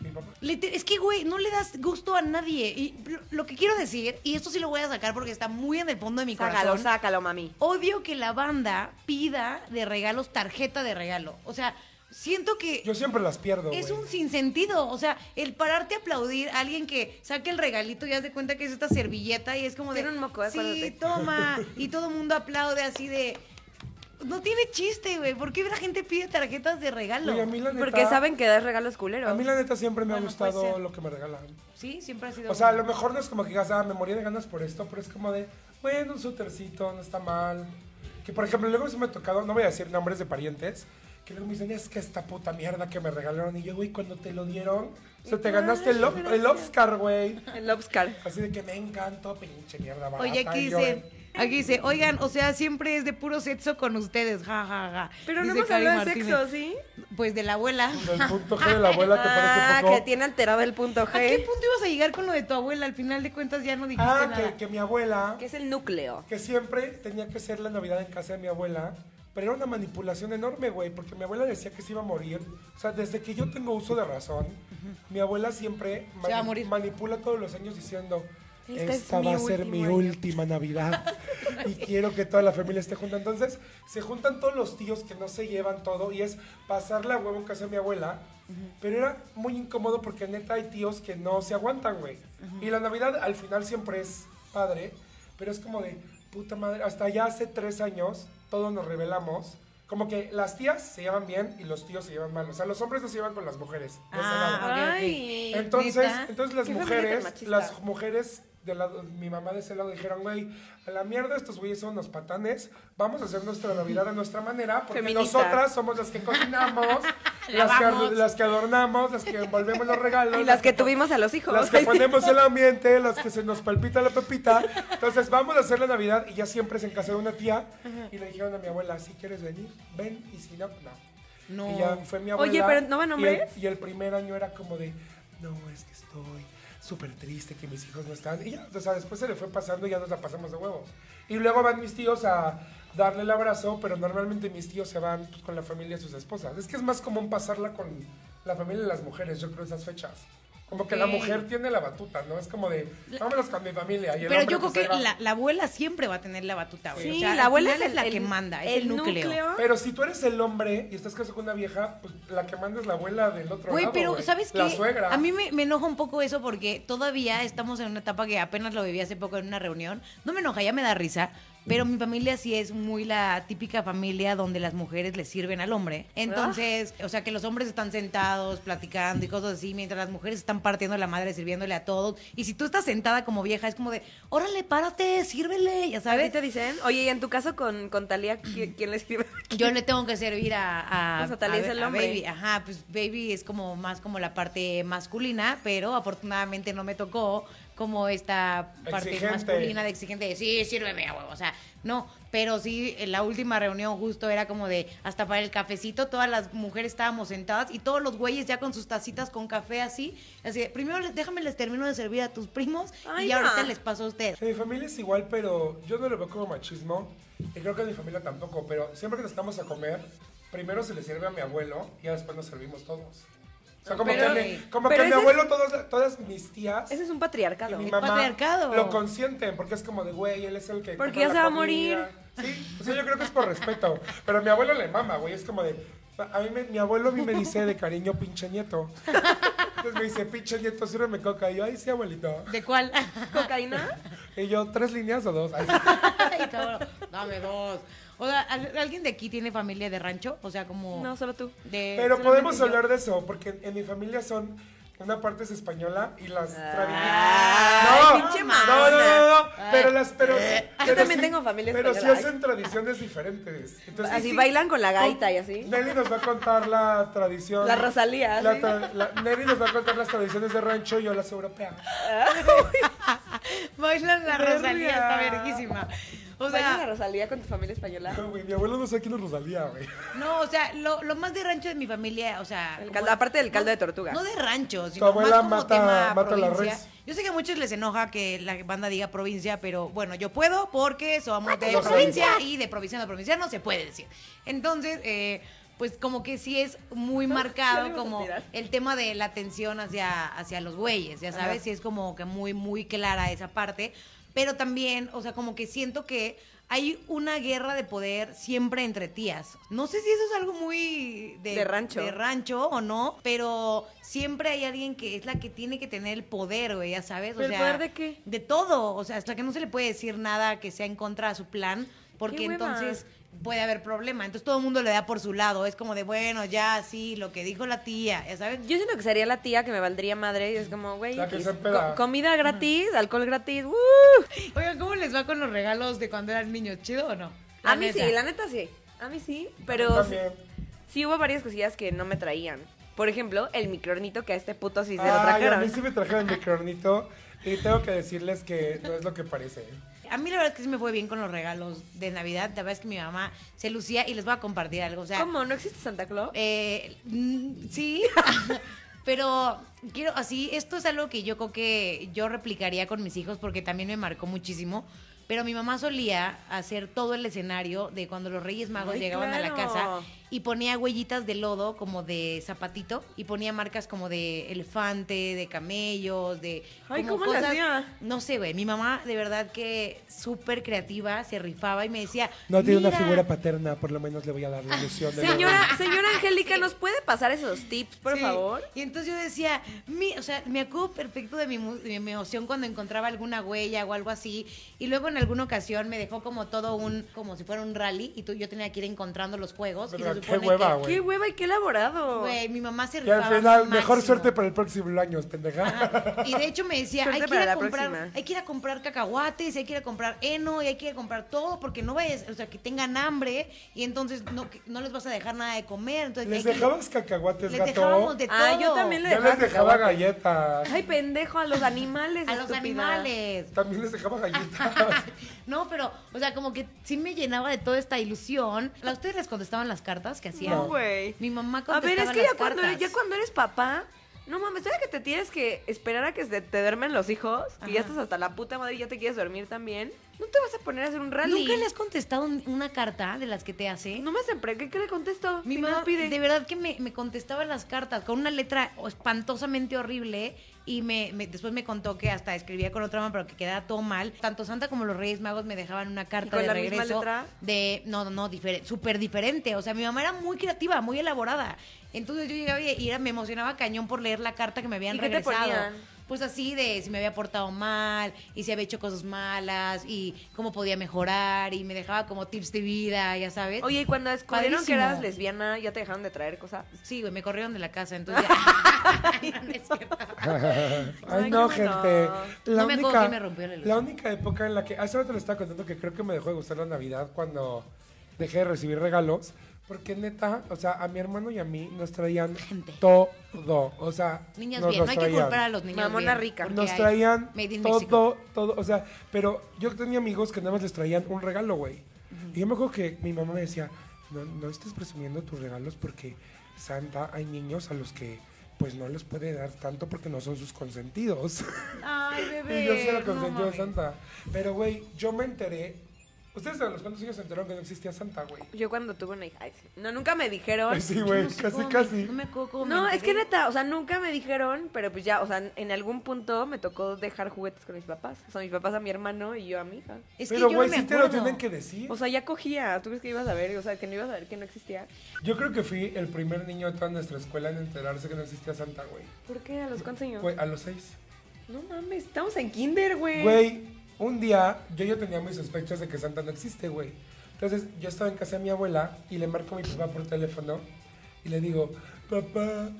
S4: mi papá.
S1: Liter- Es que, güey, no le das gusto a nadie. Y lo- lo que quiero decir, y esto sí lo voy a sacar porque está muy en el fondo de mi
S2: Sácalo,
S1: corazón.
S2: sácalo, mami.
S1: Odio que la banda pida de regalos tarjeta de regalo. O sea, siento que
S4: Yo siempre las pierdo.
S1: es
S4: güey.
S1: un sinsentido. O sea, el pararte a aplaudir a alguien que saque el regalito y haz de cuenta que es esta servilleta y es como de.
S2: Tiene un moco, ¿eh? acuérdate".
S1: Sí, toma. Y todo el mundo aplaude así de. No tiene chiste, güey. ¿Por qué la gente pide tarjetas de regalo?
S4: Güey, a mí la neta-
S2: Porque saben que das regalos culeros.
S4: A mí la neta siempre me
S1: Bueno, pues
S4: ha
S1: puede
S4: gustado
S1: ser.
S4: lo que me regalan.
S1: Sí, siempre ha sido.
S4: O sea, a lo mejor no es como que digas, ah, me moría de ganas por esto, pero es como de, bueno, un sutercito, no está mal. Que por ejemplo, luego se me ha tocado, no voy a decir nombres de parientes, que luego me dicen, es que esta puta mierda que me regalaron. Y yo, güey, cuando te lo dieron, o sea, te ganaste el, o- el Oscar, güey.
S2: El Obscar.
S4: Así de que me encantó, pinche mierda barata.
S1: Oye, aquí
S4: Y yo,
S1: dicen. Aquí dice, oigan, o sea, siempre es de puro sexo con ustedes, ja, ja, ja.
S2: Pero no
S1: Dice
S2: hemos
S1: Cari
S2: hablado de
S1: Martínez.
S2: sexo, ¿sí?
S1: Pues de la abuela.
S4: Del punto G de la abuela te
S2: Ah,
S4: parece un poco...
S2: que tiene alterado el punto
S1: ¿A qué
S2: G.
S1: punto ibas a llegar con lo de tu abuela? Al final de cuentas ya no dijiste
S4: Ah,
S1: nada.
S4: que, que mi abuela...
S2: Que es el núcleo.
S4: que siempre tenía que ser la Navidad en casa de mi abuela, pero era una manipulación enorme, güey, porque mi abuela decía que se iba a morir. O sea, desde que yo tengo uso de razón, mi abuela siempre
S1: Se va a
S4: mani-
S1: morir.
S4: manipula todos los años diciendo,
S2: Esta
S4: esta,
S2: es mi
S4: va a ser
S2: último
S4: mi
S2: año".
S4: última Navidad. y quiero que toda la familia esté junta. Entonces, se juntan todos los tíos que no se llevan todo y es pasar la huevo en casa de mi abuela. Pero era muy incómodo porque neta hay tíos que no se aguantan, güey. Y la Navidad al final siempre es padre, pero es como de puta madre. Hasta ya hace tres años todos nos revelamos. Como que las tías se llevan bien y los tíos se llevan mal. O sea, los hombres no se llevan con las mujeres. de ese
S1: Ah,
S4: lado.
S1: ok, ok.
S2: Ay.
S4: Entonces,
S1: ¿Neta?
S4: entonces las
S2: Qué familia tan
S4: mujeres,
S2: machista.
S4: las mujeres de la- mi mamá de ese lado dijeron, güey, a la mierda estos güeyes son unos patanes, vamos a hacer nuestra Navidad a nuestra manera, porque
S2: Feminista.
S4: nosotras somos las que cocinamos, las, que,
S1: Lavamos.
S4: ar- las que adornamos, las que envolvemos los regalos.
S2: Y las que tuvimos a los hijos.
S4: Las que ponemos el ambiente, las que se nos palpita la pepita. Entonces vamos a hacer la Navidad y ya siempre es en casa de una tía. Y le dijeron a mi abuela, si quieres venir, ven y si no, no.
S1: No.
S4: Y ya fue mi abuela.
S2: Oye, pero ¿no van
S4: y el-
S2: hombres?
S4: Y el, primer año era como de, no, es que estoy súper triste que mis hijos no están. Y ya, o sea, después se le fue pasando y ya nos la pasamos de huevos. Y luego van mis tíos a darle el abrazo, pero normalmente mis tíos se van pues, con la familia de sus esposas. Es que es más común pasarla con la familia de las mujeres, yo creo, esas fechas. Como que la
S1: Ok.
S4: mujer tiene la batuta, ¿no? Es como de, vámonos con mi familia. Y el
S1: Pero
S4: hombre,
S1: yo creo
S4: pues,
S1: que
S4: ahí va.
S1: la, la abuela siempre va a tener la batuta, güey.
S2: Sí,
S1: O sea,
S2: la
S1: al
S2: abuela
S1: final
S2: es, el-
S1: la que manda, es el, núcleo.
S4: Pero si tú eres el hombre y estás casado con una vieja, pues la que manda es la abuela del otro
S1: Güey,
S4: lado,
S1: pero
S4: güey.
S1: ¿sabes qué?
S4: La suegra.
S1: A mí me, me enoja un poco eso porque todavía estamos en una etapa que apenas lo viví hace poco en una reunión. No me enoja, ya me da risa. Pero
S4: Mm.
S1: mi familia sí es muy la típica familia donde las mujeres le sirven al hombre.
S4: Ah.
S1: Entonces, o sea, que los hombres están sentados platicando y cosas así, mientras las mujeres están partiendo la madre, sirviéndole a todos. Y si tú estás sentada como vieja, es como de, órale, párate, sírvele, ya
S2: A
S1: sabes.
S2: ti te dicen, oye, y en tu caso con, con Talía, ¿quién, quién le escribe?
S1: Yo le tengo que servir a, a,
S2: O sea, tal vez
S1: a-
S2: Pues, el
S1: a
S2: hombre.
S1: Baby. Ajá, pues Baby es como más como la parte masculina, pero afortunadamente no me tocó como esta parte
S4: Exigente.
S1: masculina de exigente de sí, sírveme a huevo. O sea, no, pero sí, en la última reunión justo era como de hasta para el cafecito, todas las mujeres estábamos sentadas y todos los güeyes ya con sus tacitas con café así. Así de, primero les- déjame les termino de servir a tus primos
S2: Ay,
S1: y ya
S2: no.
S1: ahorita les paso a ustedes.
S4: En mi familia es igual, pero yo no lo veo como machismo. Y creo que en mi familia tampoco. Pero siempre que nos estamos a comer, primero se le sirve a mi abuelo y ya después nos servimos todos. O sea, como
S1: Pero-
S4: que, mi- como
S2: pero
S4: que mi
S2: ese es-
S4: abuelo, todas, todas mis tías
S2: Ese es un
S4: y
S2: patriarcado.
S4: mi
S1: Es
S4: mamá
S1: patriarcado.
S4: lo consienten. Porque es como de, güey, él es el que...
S2: Porque ya
S4: compra la
S2: se va a
S4: comida".
S2: morir.
S4: Sí, o sea, yo creo que es por respeto. Pero a mi abuelo le mama, güey. Es como de... A mí me- mi abuelo a mí me dice de cariño, pinche nieto. Entonces me dice, pinche nieto, sírveme coca. Y yo, ay, sí, abuelito.
S1: ¿De cuál?
S2: ¿Cocaína?
S4: Y yo, ¿tres líneas o dos? Ay, sí.
S1: Ay, cabrón, dame dos. O sea, ¿al- ¿alguien de aquí tiene familia de rancho? O sea, como...
S2: No, solo tú.
S1: de-
S4: Pero
S1: solamente
S4: podemos
S1: yo.
S4: hablar de eso, porque en, en mi familia son una parte es española y las
S2: Ay,
S4: tradiciones.
S2: pinche
S4: No, no, no, no, no,
S1: Ay.
S4: Pero las pero, pero
S2: también tengo familia
S4: Pero sí
S2: española.
S4: hacen tradiciones diferentes. Entonces,
S2: Así
S4: sí,
S2: bailan con la gaita y así.
S4: Nelly nos va a contar la tradición.
S2: La Rosalía,
S4: la
S2: ¿sí?
S4: tra- la- Nelly nos va a contar las tradiciones de rancho y yo las europeas.
S1: Bailan la
S4: Verga.
S1: Rosalía, está verguísima. O
S2: ¿Bailan la
S1: sea,
S2: Rosalía con tu familia española?
S4: No, güey, mi abuelo no sabe quién es Rosalía, güey.
S1: no, o sea, lo, lo más de rancho de mi familia, o sea...
S2: El
S1: como-
S2: caldo- aparte del caldo de tortuga.
S1: No de rancho, sino
S4: abuela
S1: más como
S4: mata-
S1: tema
S4: mata la
S1: provincia.
S4: res.
S1: Yo sé que a muchos les enoja que la banda diga provincia, pero bueno, yo puedo porque somos de
S4: Los
S1: provincia y de provincia a provincia no se puede decir. Entonces, eh, pues como que sí es muy marcado
S2: íbamos a
S1: como
S2: tirar.
S1: el tema de la atención hacia, hacia los güeyes, ya sabes,
S2: Ajá.
S1: sí es como que muy, muy clara esa parte. Pero también, o sea, como que siento que hay una guerra de poder siempre entre tías. No sé si eso es algo muy
S2: De rancho.
S1: de rancho o no, pero siempre hay alguien que es la que tiene que tener el poder, güey, ya sabes. O
S2: ¿Pero el
S1: sea,
S2: poder de qué?
S1: De todo, o sea, hasta que no se le puede decir nada que sea en contra de su plan, porque
S2: ¡Qué hueva!
S1: entonces puede haber problema. Entonces todo el mundo le da por su lado, es como de, bueno, ya, sí, lo que dijo la tía, ya sabes.
S2: Yo siento que sería la tía que me valdría madre y es como, güey,
S4: La que
S2: X,
S4: se empeda.
S2: co- comida gratis, alcohol gratis. ¡uh!
S1: Oigan, ¿cómo les va con los regalos de cuando eran niños? ¿Chido o no? La
S2: A mí
S1: neta.
S2: sí, la neta sí. A mí sí, pero
S4: También.
S2: sí hubo varias cosillas que no me traían. Por ejemplo, el microornito que a este puto sí se lo
S4: Ay, a mí
S2: trajeron.
S4: sí me trajeron mi cronito y tengo que decirles que no es lo que parece.
S1: A mí la verdad es que sí me fue bien con los regalos de Navidad. La verdad es que mi mamá se lucía y les voy a compartir algo. O sea,
S2: ¿Cómo? ¿No existe Santa Claus?
S1: Eh, mm, sí, pero quiero, así, esto es algo que yo creo que yo replicaría con mis hijos porque también me marcó muchísimo. pero mi mamá solía hacer todo el escenario de cuando los Reyes Magos
S2: Ay,
S1: llegaban a la
S2: claro.
S1: casa y ponía huellitas de lodo como de zapatito y ponía marcas como de elefante, de camellos, de...
S2: Ay,
S1: como
S2: ¿cómo le hacía?
S1: No sé, güey. Mi mamá de verdad que súper creativa, se rifaba y me decía...
S4: No tiene una
S1: "Mira".
S4: figura paterna, por lo menos le voy a dar la ilusión de
S2: Señora, señora Angélica, ¿nos puede pasar esos tips, por
S1: Sí.
S2: favor?
S1: Y entonces yo decía, mi, o sea, me acuerdo perfecto de mi, mu- de mi emoción cuando encontraba alguna huella o algo así. Y luego en alguna ocasión me dejó como todo un, como si fuera un rally y tú, yo tenía que ir encontrando los juegos. y
S4: Pero
S1: se
S4: qué
S1: supone
S4: hueva,
S1: que-
S4: Güey.
S2: ¡Qué hueva y qué elaborado!
S1: Güey, mi mamá se
S4: Y al
S1: rifaba
S4: final, mejor
S1: máximo.
S4: suerte para el próximo año, pendeja.
S1: Y de hecho me decía, hay
S2: Suerte
S1: que, ir
S2: para
S1: a
S2: la
S1: comprar,
S2: próxima.
S1: hay que ir a comprar cacahuates, hay que ir a comprar heno, y hay que ir a comprar todo, porque no vayas, o sea, que tengan hambre, y entonces no, que- no les vas a dejar nada de comer. Entonces,
S4: ¿Les
S1: hay que-
S4: dejabas cacahuates,
S1: les
S4: gato?
S1: dejábamos de todo.
S2: Ah, yo también le
S4: Yo les dejaba
S2: cacahuate.
S4: galletas.
S2: Ay, pendejo, a los animales.
S1: A los
S2: estúpida.
S1: animales.
S4: También les dejaba galletas.
S1: No, pero, o sea, como que sí me llenaba de toda esta ilusión. ¿A ustedes les contestaban las cartas que hacían?
S2: No, güey.
S1: Mi mamá
S2: A ver,
S1: contestaba
S2: es que
S1: las
S2: ya cuando, eres,
S1: cartas.
S2: ya cuando eres papá, no mames, ¿sabes que te tienes que esperar a que se te duermen los hijos? Que ya
S1: Ajá.
S2: estás hasta la puta madre y ya te quieres dormir también. ¿No te vas a poner a hacer un rally?
S1: ¿Nunca le has contestado un- una carta de las que te hace?
S2: No me sorprende. ¿Qué, qué le contesto?
S1: Mi
S2: Si no
S1: mamá
S2: pide.
S1: de verdad que me, me contestaba las cartas con una letra espantosamente horrible y me, me- después me contó que hasta escribía con otra mano pero que quedaba todo mal. Tanto Santa como los Reyes Magos me dejaban una carta
S2: con
S1: de
S2: la misma
S1: regreso
S2: letra?
S1: de no, no, no, diferente, súper diferente. O sea, mi mamá era muy creativa, muy elaborada. Entonces yo llegaba y y era- me emocionaba cañón por leer la carta que me habían
S2: ¿Y qué te
S1: regresado.
S2: ponían?
S1: Pues así de si me había portado mal y si había hecho cosas malas y cómo podía mejorar y me dejaba como tips de vida, ya sabes.
S2: Oye, y cuando descubrieron que
S1: Padrísimo.
S2: eras lesbiana, ¿ya te dejaron de traer cosas?
S1: Sí, güey, me corrieron de la casa, entonces ya. Ay, no es cierto.
S4: Ay,
S2: Ay,
S4: no,
S2: qué
S4: gente.
S2: bueno.
S4: La
S1: No me acuerdo
S4: única,
S1: quién me rompió la ilusión.
S4: la única época en la que. Hace rato le estaba contando que creo que me dejó de gustar la Navidad cuando dejé de recibir regalos. Porque neta, o sea, a mi hermano y a mí nos traían
S1: Gente.
S4: todo. O sea,
S1: Niñas
S4: nos
S1: bien,
S4: los
S1: no hay que
S4: traían.
S1: culpar a los niños.
S2: Mamona
S1: bien,
S2: rica.
S1: porque
S4: Nos
S1: hay
S4: traían
S1: Made in Mexico.
S4: todo, todo, o sea, pero yo tenía amigos que nada más les traían un regalo, güey. Y yo me acuerdo que mi mamá me decía, no, no estés presumiendo tus regalos porque Santa, hay niños a los que pues no les puede dar tanto porque no son sus consentidos.
S1: Ay, bebé.
S4: y yo sí era
S1: no
S4: consentido de
S1: mames.
S4: Santa. Pero, güey, yo me enteré. ¿Ustedes a los cuántos años se enteraron que no existía Santa, güey?
S2: Yo cuando tuve una hija. ay, sí. No, nunca me dijeron.
S4: Sí, güey,
S1: No sé
S4: casi,
S1: cómo me-
S4: casi.
S1: No me acuerdo cómo me
S2: No, es que
S1: enteré.
S2: neta, o sea, nunca me dijeron, pero pues ya, o sea, en algún punto me tocó dejar juguetes con mis papás. O sea, mis papás a mi hermano y yo a mi hija.
S1: Es que
S4: Pero,
S1: yo
S4: güey,
S1: no me
S4: sí te lo
S1: acuerdo.
S4: tienen que decir.
S2: O sea, ya cogía. ¿Tú crees que ibas a ver? O sea, que no ibas a ver que no existía.
S4: Yo creo que fui el primer niño de toda nuestra escuela en enterarse que no existía Santa, güey.
S2: ¿Por qué? ¿A los cuántos años?
S4: Güey, a los seis.
S2: No mames, estamos en kinder, güey.
S4: Güey, un día yo ya tenía mis sospechas de que Santa no existe, güey. Entonces yo estaba en casa de mi abuela y le marco a mi papá por teléfono y le digo, papá,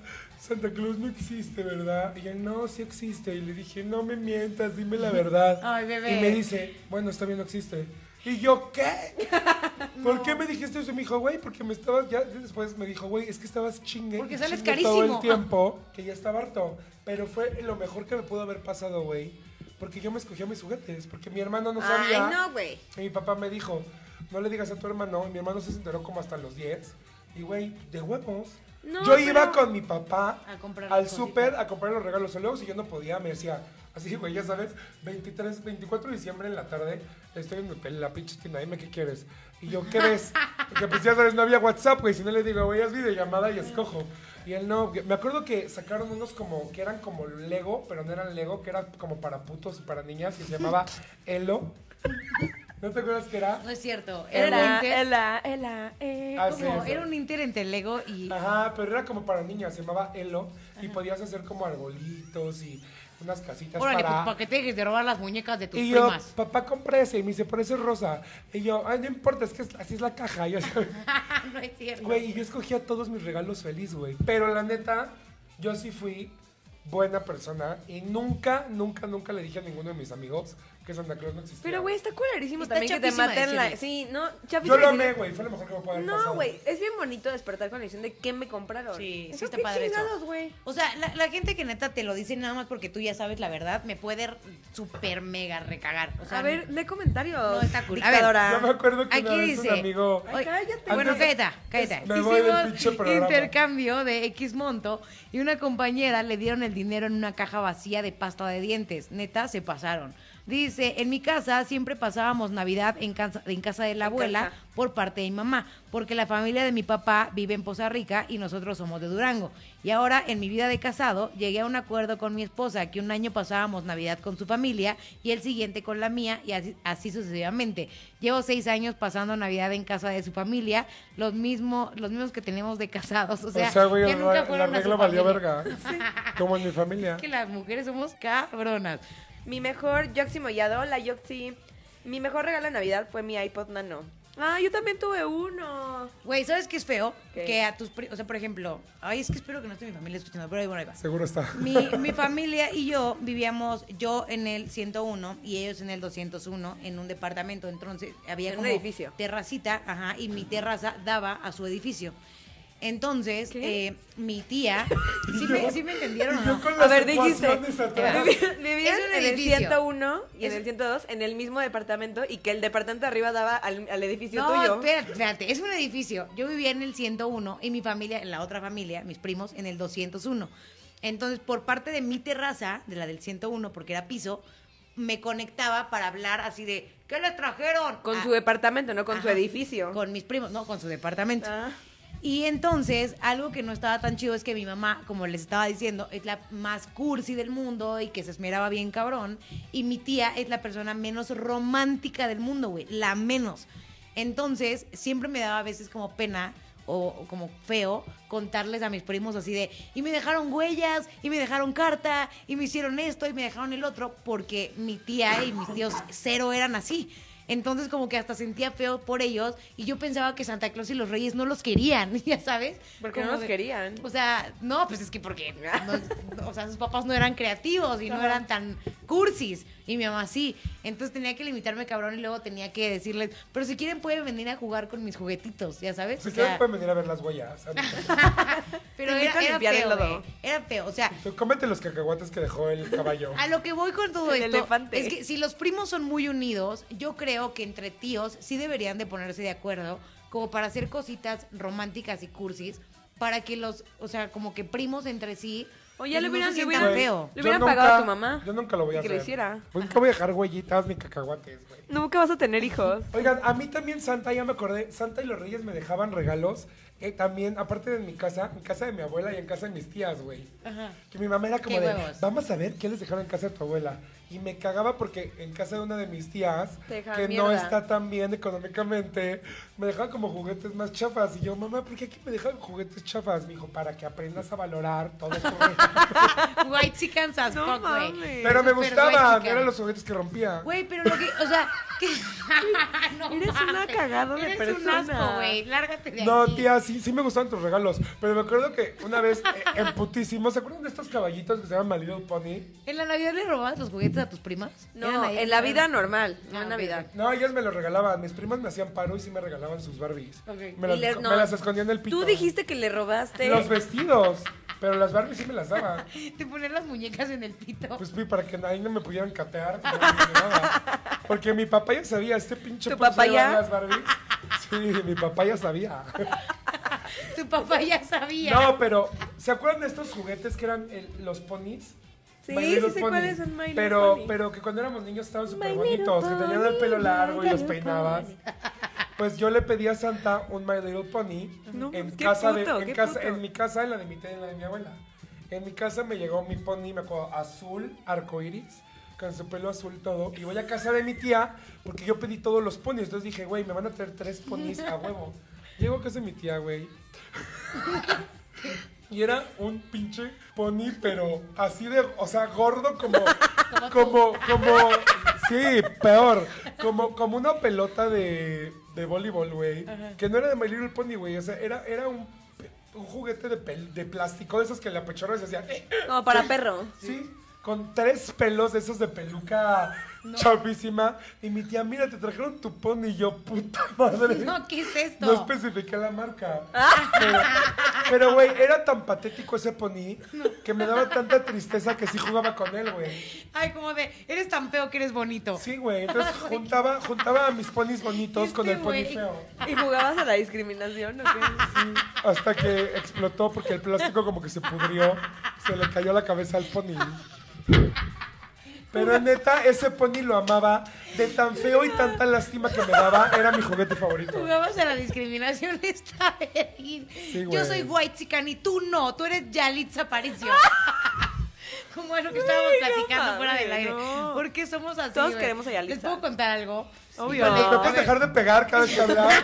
S4: Santa Claus no existe, ¿verdad? Y yo, no, sí existe. Y le dije, no me mientas, dime la verdad.
S1: Ay, bebé.
S4: Y me dice, bueno, está bien, no existe. Y yo, ¿qué? ¿Por qué me dijiste eso? Y me dijo, güey, porque me estabas, ya después me dijo, güey, es que estabas chingue.
S1: Porque
S4: y
S1: sales
S4: chingue Todo el
S1: carísimo.
S4: tiempo tiempo que ya estaba harto, pero fue lo mejor que me pudo haber pasado, güey, porque yo me escogí a mis juguetes, porque mi hermano no sabía.
S2: Ay, no, güey.
S4: Y mi papá me dijo, no le digas a tu hermano, y mi hermano se enteró como hasta los 10, y güey, de huevos.
S2: No,
S4: yo iba
S2: pero-
S4: con mi papá
S1: A comprar
S4: al
S1: las
S4: súper a comprar los regalos, o luego si yo no podía, me decía, así güey, ya sabes, 23, 24 de diciembre en la tarde, estoy en, en la pinche tienda, dime qué quieres. Y yo, ¿qué ves? Porque pues ya sabes, no había WhatsApp, güey, si no le digo, güey, es videollamada y escojo. Y él no, me acuerdo que sacaron unos como, que eran como Lego, pero no eran Lego, que eran como para putos y para niñas, que se llamaba Elo. ¿No te acuerdas que era?
S1: No es cierto. Era,
S2: Ela,
S1: un inter.
S2: ela, ela, eh.
S4: Ah, sí,
S1: como-
S4: sí.
S1: era un inter entre Lego y.
S4: Ajá, pero era como para niños, se llamaba Elo y podías hacer como arbolitos y unas casitas
S1: Órale, pues
S4: para...
S1: para que te dejes de robar las muñecas de tus
S4: y yo,
S1: primas.
S4: papá, compré ese. Y me dice, pero ese es rosa. Y yo, ay, no importa, es que es- así es la caja. Y yo,
S1: Ah, no es cierto.
S4: güey, y yo escogía todos mis regalos feliz, güey. Pero la neta, yo sí fui buena persona y nunca, nunca, nunca le dije a ninguno de mis amigos que Santa Claus no existía.
S2: Pero, güey, está cularísimo
S1: Está
S2: también que te
S1: chafísima
S2: maten la.
S1: decirle.
S2: Sí, no, chafísima
S4: Yo lo
S2: decirle-
S4: amé, güey. Fue lo mejor que me pudo haber pasado.
S2: No, güey, es bien bonito despertar con la ilusión de qué me compraron.
S1: Sí,
S2: Eso,
S1: sí está
S2: qué
S1: padre eso.
S2: chingados, güey.
S1: O sea, la, la gente que neta te lo dice nada más porque tú ya sabes la verdad, me puede r- súper mega recagar. O sea,
S2: A ver, lee comentarios.
S1: No, está cool. A ver.
S2: Dictadora.
S4: Yo me acuerdo que una
S1: Aquí
S4: vez
S1: dice-
S4: un amigo...
S2: Ay, cállate.
S1: Bueno,
S4: Antes-
S1: cállate, cállate.
S4: Me voy del
S1: Hicimos
S4: pinche programa.
S1: intercambio de X monto y una compañera le dieron el dinero en una caja vacía de pasta de dientes. Neta, se pasaron. Dice, en mi casa siempre pasábamos Navidad en casa, en casa de la
S2: En
S1: abuela
S2: casa.
S1: por parte de mi mamá, porque la familia de mi papá vive en Poza Rica y nosotros somos de Durango. Y ahora, en mi vida de casado, llegué a un acuerdo con mi esposa que un año pasábamos Navidad con su familia y el siguiente con la mía y así, así sucesivamente. Llevo seis años pasando Navidad en casa de su familia, los, mismo, los mismos que tenemos de casados. O
S4: O
S1: sea,
S4: sea, güey,
S1: que nunca
S4: la, la
S1: fueron a su
S4: regla valió
S1: familia.
S4: verga. ¿eh? Como en mi familia.
S1: Que las mujeres somos cabronas.
S2: Mi mejor Yoxi Mollado, la Yoxi. Mi mejor regalo de Navidad fue mi iPod Nano. Ah, yo también tuve uno.
S1: Güey, ¿sabes qué es feo?
S2: ¿Qué?
S1: Que a tus... pri- O sea, por ejemplo... Ay, es que espero que no esté mi familia escuchando, pero ahí, bueno, ahí va.
S4: Seguro está.
S1: Mi, mi familia y yo vivíamos, yo en el 101 y ellos en el 201, en un departamento. Entonces había
S2: En un
S1: como
S2: edificio.
S1: terracita, ajá, y mi terraza daba a su edificio. Entonces, eh, mi tía, ¿sí me, sí me entendieron o
S4: Y
S1: no?
S4: yo con
S2: A
S4: las
S2: ver, dijiste.
S4: ecuaciones atrás.
S2: Vivi- Vivían
S1: Es un
S2: en el
S1: edificio.
S2: 101 y en
S1: Es-
S2: el 102 en el mismo departamento y que el departamento de arriba daba al, al edificio
S1: No,
S2: tuyo.
S1: espérate, espérate, es un edificio. Yo vivía en el 101 y mi familia, en la otra familia, mis primos, en el 201. Entonces, por parte de mi terraza, de la del 101, porque era piso, me conectaba para hablar así de, ¿qué les trajeron?
S2: Con
S1: Ah,
S2: su departamento, no con su
S1: Ajá.
S2: edificio.
S1: Con mis primos, no, con su departamento.
S2: Ah.
S1: Y entonces, algo que no estaba tan chido es que mi mamá, como les estaba diciendo, es la más cursi del mundo y que se esmeraba bien cabrón. Y mi tía es la persona menos romántica del mundo, güey, la menos. Entonces, siempre me daba a veces como pena o, o como feo contarles a mis primos así de, y me dejaron huellas, y me dejaron carta, y me hicieron esto, y me dejaron el otro, porque mi tía y mis tíos cero eran así. Entonces como que hasta sentía feo por ellos y yo pensaba que Santa Claus y los Reyes no los querían, ya sabes.
S2: Porque no
S1: Como
S2: los querían.
S1: O sea, no, pues es que porque, no- o sea, sus papás no eran creativos y no eran tan cursis y mi mamá sí. Entonces tenía que limitarme cabrón y luego tenía que decirles, pero si quieren pueden venir a jugar con mis juguetitos, ya sabes.
S4: Si
S1: O sea,
S4: quieren pueden venir a ver las huellas.
S1: pero
S2: Te
S1: era,
S2: invito a
S1: era
S2: limpiar el
S1: feo, eh.
S2: lodo.
S1: güey. era feo, o sea,
S4: Tú cómete los cacahuates que dejó el caballo.
S2: Ah,
S1: A lo que voy con todo
S2: El
S1: esto
S2: elefante.
S1: es que si los primos son muy unidos, yo creo que entre tíos sí deberían de ponerse de acuerdo como para hacer cositas románticas y cursis para que los, o sea, como que primos entre sí. pues,
S2: O ya le
S1: no
S2: hubieran-
S1: se
S2: le
S1: sientan
S2: hubieran-
S1: feo.
S2: Le
S4: Yo
S2: hubieran
S4: nunca-
S2: pagado a tu mamá.
S4: Yo nunca lo voy a
S2: Y que
S4: hacer.
S2: lo hiciera.
S4: Pues nunca voy a dejar huellitas ni cacahuates, güey.
S2: Nunca vas a tener hijos.
S4: Oigan, a mí también Santa, ya me acordé, Santa y los Reyes me dejaban regalos. eh, también, aparte de en mi casa, en casa de mi abuela y en casa de mis tías, güey.
S1: Ajá.
S4: Que mi mamá era como
S1: Qué
S4: de,
S1: huevos.
S4: vamos a ver qué les dejaron en casa de tu abuela. Y me cagaba porque en casa de una de mis tías,
S2: Te
S4: que
S2: dejaban
S4: no
S2: mierda.
S4: está tan bien económicamente, me dejaba como juguetes más chafas. Y yo, mamá, ¿por qué aquí me dejan juguetes chafas? Me dijo, para que aprendas a valorar todo. tu regalo".
S1: White chickens as
S2: No
S1: fuck, güey.
S2: mames.
S4: Pero me
S1: Súper white
S4: gustaban,
S1: chicken.
S4: eran los juguetes que rompía.
S1: Güey, pero lo que, o sea, que no
S2: Eres una
S1: mames.
S2: cagada de
S1: Eres un
S2: persona.
S1: asco, güey. Lárgate de
S4: No,
S1: aquí.
S4: tía, sí, sí me gustaban tus regalos. Pero me acuerdo que una vez, eh, en putísimo, ¿se acuerdan de estos caballitos que se llaman My Little Pony?
S1: ¿En la Navidad le robabas los juguetes a tus primas? ¿Eran
S2: No,
S1: ahí?
S2: en la vida normal, no
S1: Ah,
S2: en
S1: ok,
S2: Navidad.
S4: No, ellas me los regalaban. Mis primas me hacían paro y sí me regalaban sus Barbies.
S1: Ok.
S4: Me, las,
S2: Y le- no.
S4: me las escondían en el pito.
S2: Tú dijiste que le robaste.
S4: Los vestidos. Pero las Barbies sí me las daban.
S1: Te ponían las muñecas en el pito.
S4: Pues fui para que ahí no me pudieran catear. pues, no me llegaba. Porque mi papá ya sabía, este pinche
S2: ¿Tu
S4: pulsero
S2: papá
S4: de
S2: ya?
S4: las Barbies. Sí, mi papá ya sabía.
S1: Tu papá ya sabía.
S4: No, pero ¿se acuerdan de estos juguetes que eran el- los ponis?
S2: Sí,
S4: My Little
S2: sí sé cuáles son My Little
S4: pero,
S2: Pony.
S4: pero que cuando éramos niños estaban súper
S2: My
S4: bonitos, que
S2: Little
S4: tenían el pelo
S2: Pony,
S4: largo y
S2: My
S4: los
S2: Little
S4: peinabas.
S2: Pony.
S4: Pues yo le pedí a Santa un My Little Pony
S2: No, pues
S4: en
S2: qué
S4: casa de-
S2: puto,
S4: en
S2: qué
S4: casa-
S2: puto.
S4: en mi casa, en la de mi tía y en la de mi abuela. En mi casa me llegó mi pony, me acuerdo, azul, arcoiris, con su pelo azul todo. Y voy a casa de mi tía porque yo pedí todos los ponis. Entonces dije, güey, me van a traer tres ponis a huevo. Llego a casa de mi tía, güey. Y era un pinche pony, pero así de, o sea, gordo como, como, como, sí, peor, como, como una pelota de, de voleibol, güey, que no era de My Little Pony, güey, o sea, era, era un, pe- un juguete de, pel- de plástico, de esos que la pechora se hacía, eh, eh,
S2: No, para perro.
S4: sí, con tres pelos de esos de peluca chavísima, y mi tía, mira, te trajeron tu pony, y yo, puta madre.
S1: No, ¿qué es esto?
S4: No especificé la marca. Pero- Pero, güey, era tan patético ese pony que me daba tanta tristeza que sí jugaba con él, güey.
S1: Ay, como de, eres tan feo que eres bonito.
S4: Sí, güey. Entonces juntaba, juntaba a mis ponis bonitos
S1: Este
S4: con el pony
S1: güey.
S4: feo.
S2: ¿Y jugabas a la discriminación o qué?
S4: Sí, hasta que explotó porque el plástico como que se pudrió. Se le cayó la cabeza al pony. Pero neta, ese pony lo amaba. De tan feo y tanta lástima que me daba, era mi juguete favorito.
S1: Jugamos a la discriminación esta vez. Yo
S4: güey.
S1: soy white y tú no, tú eres Yalitza Aparicio. Como es lo que estábamos
S2: Ay, no
S1: platicando fuera del
S2: mames,
S1: aire.
S2: no.
S1: ¿Por qué somos así?
S2: Todos
S1: güey?
S2: queremos a Yalitza.
S1: ¿Les puedo contar algo?
S2: Obvio.
S1: Híjole,
S4: ¿Me
S1: a
S4: puedes
S1: ver.
S4: dejar de pegar cada vez que hablas?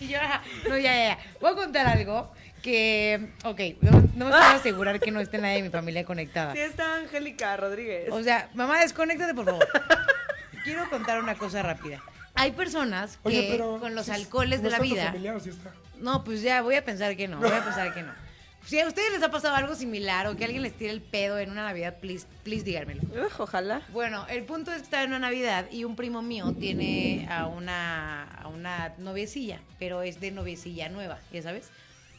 S1: Y yo, ajá, no, ya, ya, ya. Voy a contar algo que, ok, no, no me puedo asegurar que no esté nadie de mi familia conectada.
S2: Ah. Sí, está Angélica Rodríguez.
S1: O sea, mamá, desconéctate, por favor. Quiero contar una cosa rápida. Hay personas que
S4: Oye, pero.
S1: con los
S4: ¿sí-
S1: alcoholes
S4: no
S1: de la
S4: está tu
S1: vida...
S4: familiar o sí está?
S1: No, pues ya, voy a pensar que no, voy a pensar que no. Si a ustedes les ha pasado algo similar o que alguien les tire el pedo en una Navidad, please, please díganmelo.
S2: Ujú, ojalá.
S1: Bueno, el punto es que estaba en una Navidad y un primo mío tiene a una, a una noviecilla, pero es de noviecilla nueva, ya sabes.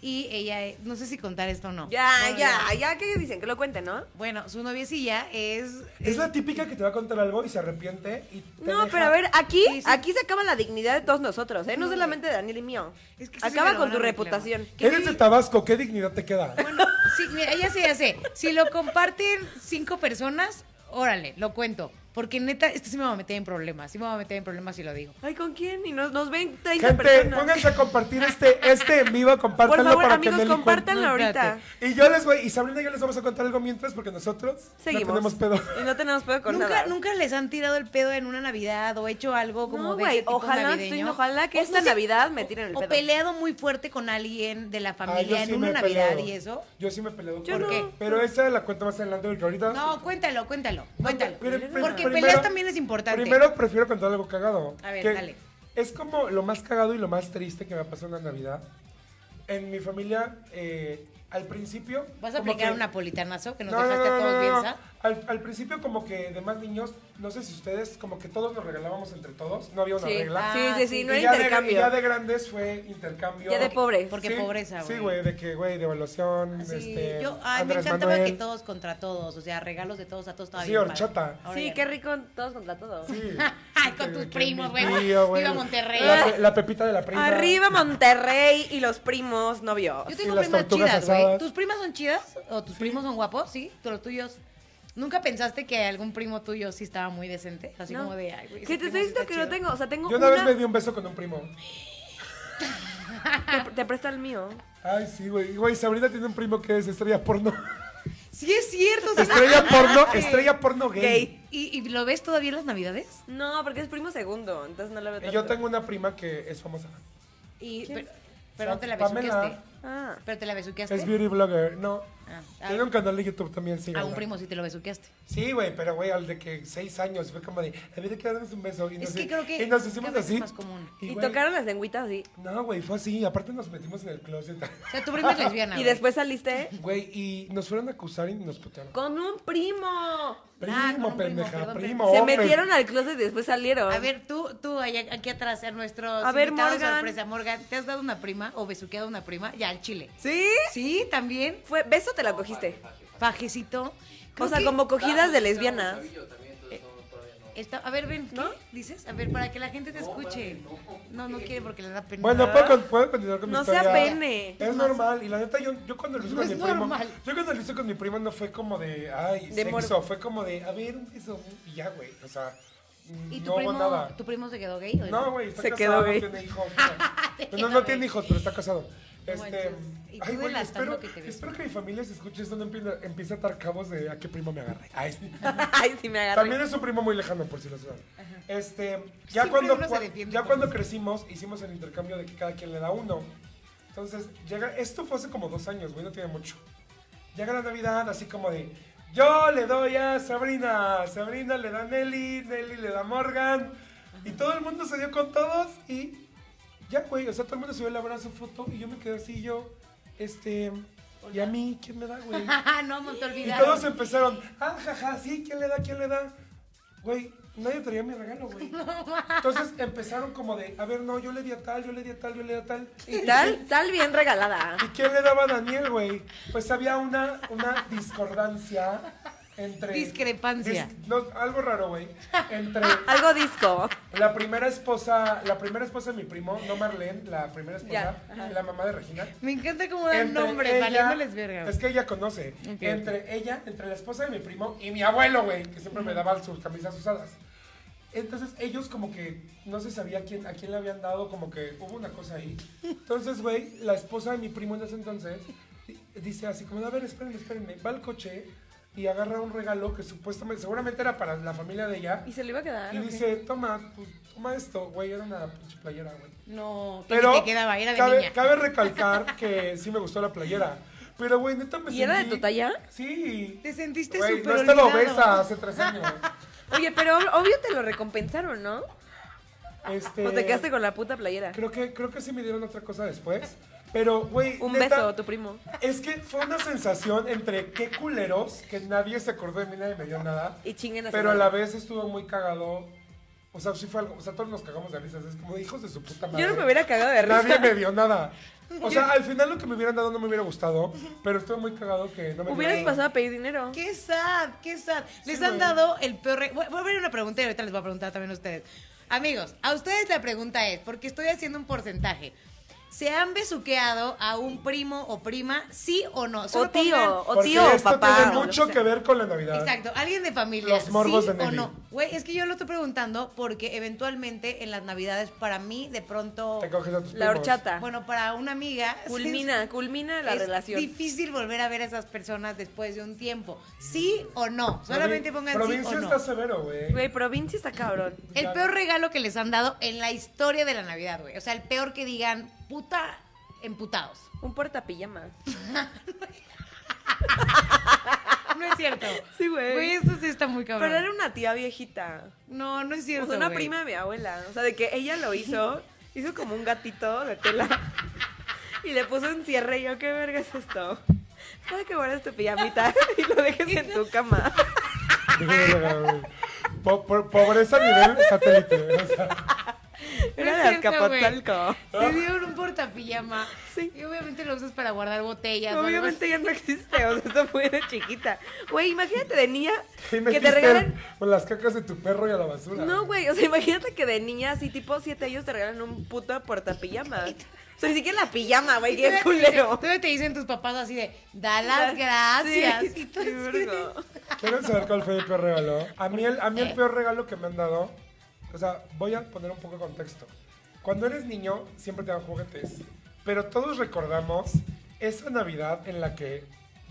S1: Y ella, eh, no sé si contar esto o no.
S2: Ya,
S1: Bueno,
S2: ya, ya que dicen, que lo cuenten, ¿no?
S1: Bueno, su noviecilla es...
S4: Es la típica que te va a contar algo y se arrepiente y te
S2: No,
S4: deja.
S2: pero a ver, aquí,
S1: Sí, sí.
S2: aquí se acaba la dignidad de todos nosotros, ¿eh? No
S1: Sí.
S2: solamente de Daniel y mío.
S1: es que sí me
S2: acaba
S1: lo van
S2: con
S1: a
S2: tu
S1: reclamar.
S2: reputación.
S1: ¿Qué
S4: Eres
S1: dice?
S4: de Tabasco, ¿qué dignidad te queda?
S1: Bueno, sí, mira, ya sé, ya sé. Si lo comparten cinco personas, órale, lo cuento. Porque neta, esto sí me va a meter en problemas. Sí me va a meter en problemas si lo digo.
S2: Ay, ¿con quién? Y nos, nos ven 30
S4: Gente,
S2: personas.
S4: pónganse a compartir este, este en vivo,
S2: Por
S4: compártanlo
S2: favor,
S4: para
S2: amigos,
S4: que Nelly cuente.
S2: compártanlo
S1: No,
S2: ahorita.
S1: espérate.
S4: Y yo les voy, y Sabrina y yo les vamos a contar algo mientras porque nosotros
S2: Seguimos.
S4: no tenemos pedo.
S2: Y no tenemos pedo con
S1: ¿Nunca,
S2: nada.
S1: nunca les han tirado el pedo en una Navidad o hecho algo como
S2: No,
S1: de
S2: güey,
S1: ese tipo
S2: ojalá,
S1: navideño?
S2: estoy diciendo, ojalá que
S1: O
S2: esta Navidad me tiren el
S1: o
S2: pedo.
S1: peleado muy fuerte con alguien de la
S4: Ay,
S1: familia
S4: Ah, yo
S1: en
S4: sí
S1: una
S4: me
S1: Navidad
S4: peleo.
S1: y eso.
S4: Yo sí me peleo.
S2: Yo
S4: ¿Por
S1: no.
S4: qué? Pero esa la cuento más adelante porque ahorita.
S1: No, cuéntalo, cuéntalo, cuéntalo.
S4: Pero pri-
S1: Porque
S4: primero-
S1: pelear también es importante.
S4: Primero prefiero contar algo cagado.
S1: A ver,
S4: que
S1: dale.
S4: Es como lo más cagado y lo más triste que me ha pasado en la Navidad. En mi familia, eh, al principio.
S1: ¿Vas a
S4: como
S1: aplicar
S4: que-
S1: un napolitanazo que nos dejaste a todos bien, ¿sabes?
S4: Al, al principio, como que demás niños, no sé si ustedes, como que todos nos regalábamos entre todos, no había una
S2: Sí.
S4: regla.
S1: Ah,
S2: sí, sí, sí, no
S4: Y
S2: era
S4: ya de-
S2: intercambio.
S4: ya de grandes fue intercambio.
S2: Ya de pobres.
S1: Porque pobreza, güey. Ah,
S4: Sí, güey, de que, güey, devaluación.
S1: Sí,
S4: este,
S1: yo, ay, me
S4: Andrés
S1: encantaba
S4: Manuel.
S1: que todos contra todos, o sea, regalos de todos a todos estaba
S4: Sí,
S1: bien padre.
S4: horchata.
S1: Ahora
S2: Sí,
S1: ya
S2: qué
S1: no.
S2: rico todos contra todos.
S4: Sí.
S1: Ay, con
S4: Que-
S1: tus
S4: que
S1: primos,
S4: mi
S1: güey.
S4: tío, güey,
S1: Viva Monterrey.
S4: La, pe- la pepita de la prima.
S2: Arriba Monterrey y los primos novios.
S1: Yo
S4: Y
S1: tengo
S4: las
S1: primas
S4: tortugas
S1: chidas, güey.
S4: asadas.
S1: ¿Tus primas son chidas? ¿O tus primos son guapos? Sí, ¿Tú- los tuyos. ¿Nunca pensaste que algún primo tuyo sí estaba muy decente? Así
S2: No.
S1: como de, ay, güey.
S2: Que te estoy diciendo que no
S1: no
S2: tengo, o sea, tengo
S4: Yo una
S2: una,
S4: vez me di un beso con un primo.
S2: te, te presta el mío.
S4: Ay, sí, güey. Güey, Sabrina tiene un primo que es estrella porno.
S1: Sí, es cierto. sí.
S4: Estrella porno, estrella porno gay.
S2: Gay.
S1: ¿Y, y lo ves todavía en las Navidades?
S2: No, porque es primo segundo, entonces no lo veo
S4: Y yo
S2: tanto.
S4: tengo una prima que es famosa.
S1: Y,
S2: ¿Quién?
S1: pero, pero no te la
S4: Pamela.
S1: besuqueaste.
S2: Ah.
S1: Pero te la besuqueaste.
S4: Es beauty blogger, no.
S1: ¿Este? Ah, ah,
S4: Tiene un canal de YouTube también, sí.
S1: a un primo sí te lo besuqueaste.
S4: Sí, güey, pero güey, al de que seis años fue como de, a ver, que darnos un beso. Y nos,
S1: Es que creo que
S4: y nos hicimos
S1: cada vez es
S4: así.
S1: más común.
S2: Y,
S4: güey,
S2: tocaron las lengüitas así.
S4: No, güey, fue así. Aparte nos metimos en el closet.
S1: O sea, tu prima es lesbiana.
S2: Y
S1: güey.
S2: después saliste
S4: Güey, y nos fueron a acusar y nos putearon.
S2: con un primo.
S4: Primo,
S1: Ah, con un primo,
S4: pendeja,
S1: perdón,
S4: primo.
S1: primo.
S2: Se
S4: hombre.
S2: metieron al closet y después salieron.
S1: A ver, tú, tú, allá- aquí atrás, a nuestros
S2: A ver,
S1: invitados
S2: Morgan.
S1: sorpresa. Morgan, ¿te has dado una prima o besuqueado una prima? Ya, al chile.
S2: ¿Sí?
S1: Sí, también.
S2: ¿Fue beso o te la cogiste?
S1: Pajecito. Creo
S2: O sea,
S1: que
S2: como cogidas de lesbianas.
S1: está- a ver, ven, ¿qué dices? A ver, para que la gente te escuche. No, no quiere porque le da pena.
S4: Bueno, ¿puedo, con- puedo continuar con mi
S2: No sea
S4: historia?
S2: pene.
S4: Es normal. Y la neta, yo, yo cuando lo hice
S1: No
S4: con
S1: es
S4: mi primo.
S1: normal.
S4: Yo cuando lo hice con mi primo no fue como de, ay,
S2: De
S4: sexo.
S2: morbo.
S4: Fue como de, a ver, un beso. Y ya, güey. O sea,
S1: ¿Y tu,
S4: no hubo
S1: primo,
S4: nada.
S1: tu primo se quedó gay? o
S4: No, güey, está
S2: Se quedó
S4: casado,
S2: gay.
S4: no tiene hijos. no. No, no, tiene hijos, pero está casado. Este,
S1: manches. Y tú
S4: ay, güey,
S1: delatando
S4: espero,
S1: que te ves.
S4: espero que mi familia se escuche esto, no empiece, empiece a atar cabos de a qué primo me agarré. Ay, sí.
S2: Ay, sí me agarré.
S4: También es un primo muy lejano, por si lo saben. Este, ya
S1: Siempre
S4: cuando,
S1: uno se
S4: cua-
S1: defiende
S4: ya
S1: con
S4: cuando crecimos, hicimos el intercambio de que cada quien le da uno. Entonces, llega, esto fue hace como dos años, güey, no tiene mucho. Llega la Navidad, así como de, yo le doy a Sabrina, Sabrina le da a Nelly, Nelly le da a Morgan. Y todo el mundo se dio con todos y ya, güey, o sea, todo el mundo subió el abrazo, foto, y yo me quedé así, yo, este, y a mí, ¿quién me da, güey?
S1: Ah, no, no te
S4: Y
S1: olvidado.
S4: todos empezaron, ah, jaja, sí, ¿quién le da? ¿Quién le da? Güey, nadie traía mi regalo, güey. Entonces empezaron como de, a ver, no, yo le di a tal, yo le di a tal, yo le di a tal.
S2: Y tal, tal bien regalada.
S4: ¿Y quién le daba a Daniel, güey? Pues había una, una discordancia entre...
S1: Discrepancia.
S4: dis- no, algo raro, güey. Entre
S2: Algo disco.
S4: la primera esposa, la primera esposa de mi primo, no Marlene, la primera esposa,
S2: Ya, ajá.
S4: la mamá de Regina.
S1: Me encanta cómo dan
S4: entre
S1: nombres,
S4: ella-
S1: valiéndoles verga. güey.
S4: Es que ella conoce.
S1: Ok.
S4: Entre ella, entre la esposa de mi primo y mi abuelo, güey, que siempre me daba sus camisas usadas. Entonces ellos como que no se sabía a quién, a quién le habían dado, como que hubo una cosa ahí. Entonces, güey, la esposa de mi primo en ese entonces di- dice así como, a ver, espérenme, espérenme. Va al coche y agarra un regalo que supuestamente, seguramente era para la familia de ella.
S2: ¿Y se lo iba a quedar?
S4: Y
S2: o qué?
S4: dice, toma, pues, toma esto, güey, era una pinche playera, güey.
S1: No, que
S4: Pero
S1: ni te quedaba, era de
S4: cabe,
S1: niña.
S4: cabe recalcar que sí me gustó la playera. Pero, güey, neta me
S2: ¿Y era
S4: sentí-
S2: de tu talla?
S4: Sí.
S1: Te sentiste
S4: Güey,
S1: súper
S4: No estaba
S1: olvidado.
S4: obesa hace tres años.
S2: Oye, pero ob- obvio te lo recompensaron, ¿no?
S4: Este,
S2: O te quedaste con la puta playera.
S4: Creo que, creo que sí me dieron otra cosa después. Pero, güey,
S2: Un
S4: neta,
S2: beso, tu primo.
S4: Es que fue una sensación entre qué culeros, que nadie se acordó de mí, nadie me dio nada.
S2: Y chinguen a su
S4: Pero a
S2: madre.
S4: la vez estuvo muy cagado. O sea, sí fue algo. O sea, todos nos cagamos de risas. Es como hijos de su puta madre.
S2: Yo no me hubiera cagado de
S4: Nadie
S2: risa.
S4: me dio nada. O sea, al final lo que me hubieran dado no me hubiera gustado, pero estoy muy cagado que no me
S2: Hubieras
S4: dieron.
S2: pasado a pedir dinero.
S1: Qué sad, qué sad. Les
S4: Sí,
S1: han
S4: güey.
S1: dado el peor. re- Voy voy a abrir una pregunta y ahorita les voy a preguntar también a ustedes. Amigos, a ustedes la pregunta es, porque estoy haciendo un porcentaje. ¿Se han besuqueado a un primo o prima, sí o no?
S2: O
S1: Solo pongan-
S2: tío, o
S4: Porque
S2: tío, o
S4: esto
S2: papá.
S4: tiene
S2: o lo
S4: mucho
S2: sea.
S4: que ver con la Navidad.
S1: Exacto, alguien de familia.
S4: Los morbos
S1: ¿sí
S4: de Nelly.
S1: o no? Güey, es que yo lo estoy preguntando porque eventualmente en las navidades para mí de pronto...
S4: Te coges a tus
S2: La
S4: primos.
S2: horchata.
S1: Bueno, para una amiga... sí,
S2: Culmina, culmina la
S1: es
S2: relación.
S1: difícil volver a ver a esas personas después de un tiempo. ¿Sí o no?
S4: Provin-
S1: Solamente pongan sí
S4: Provincia
S1: o no.
S4: está severo, güey.
S2: Güey, provincia está cabrón.
S1: El peor regalo que les han dado en la historia de la Navidad, güey. O sea, el peor que digan, puta, emputados.
S2: Un portapijamas.
S1: No es cierto.
S2: Sí, güey.
S1: Güey, eso sí está muy cabrón.
S2: Pero era una tía viejita.
S1: No, no es
S2: O
S1: cierto.
S2: sea, una
S1: güey.
S2: prima de mi abuela. O sea, de que ella lo hizo. Hizo como un gatito de tela. Y le puso un cierre. Y yo, ¿qué verga es esto? Para que guardes tu pijamita y lo dejes en tu cama.
S4: Po- po- Pobreza a nivel satélite. o sea.
S1: No
S2: Era
S1: es
S2: de
S1: cierto, güey.
S2: Azcapotzalco.
S1: Te dieron un portapijama.
S2: Sí.
S1: Y obviamente lo usas para guardar botellas. o algo
S2: Obviamente ya no existe. O sea, esto fue de chiquita. Güey, imagínate de niña
S4: Y
S2: que
S4: metiste
S2: te regalen.
S4: Con las cacas de tu perro y a la basura.
S2: No, güey, o sea, imagínate que de niña así tipo 7 años te regalan un puto portapijama. O sea, ni siquiera la pijama, güey, que
S1: Todavía
S2: es
S1: te dicen-
S2: culero.
S1: Todavía te dicen tus papás así de, da las gracias.
S2: Sí,
S1: Y tú así de-
S2: vergo.
S4: ¿Quieren saber cuál fue mi peor regalo? A mí, el, a mí el peor regalo que me han dado, o sea, voy a poner un poco de contexto. Cuando eres niño, siempre te dan juguetes. Pero todos recordamos esa Navidad en la que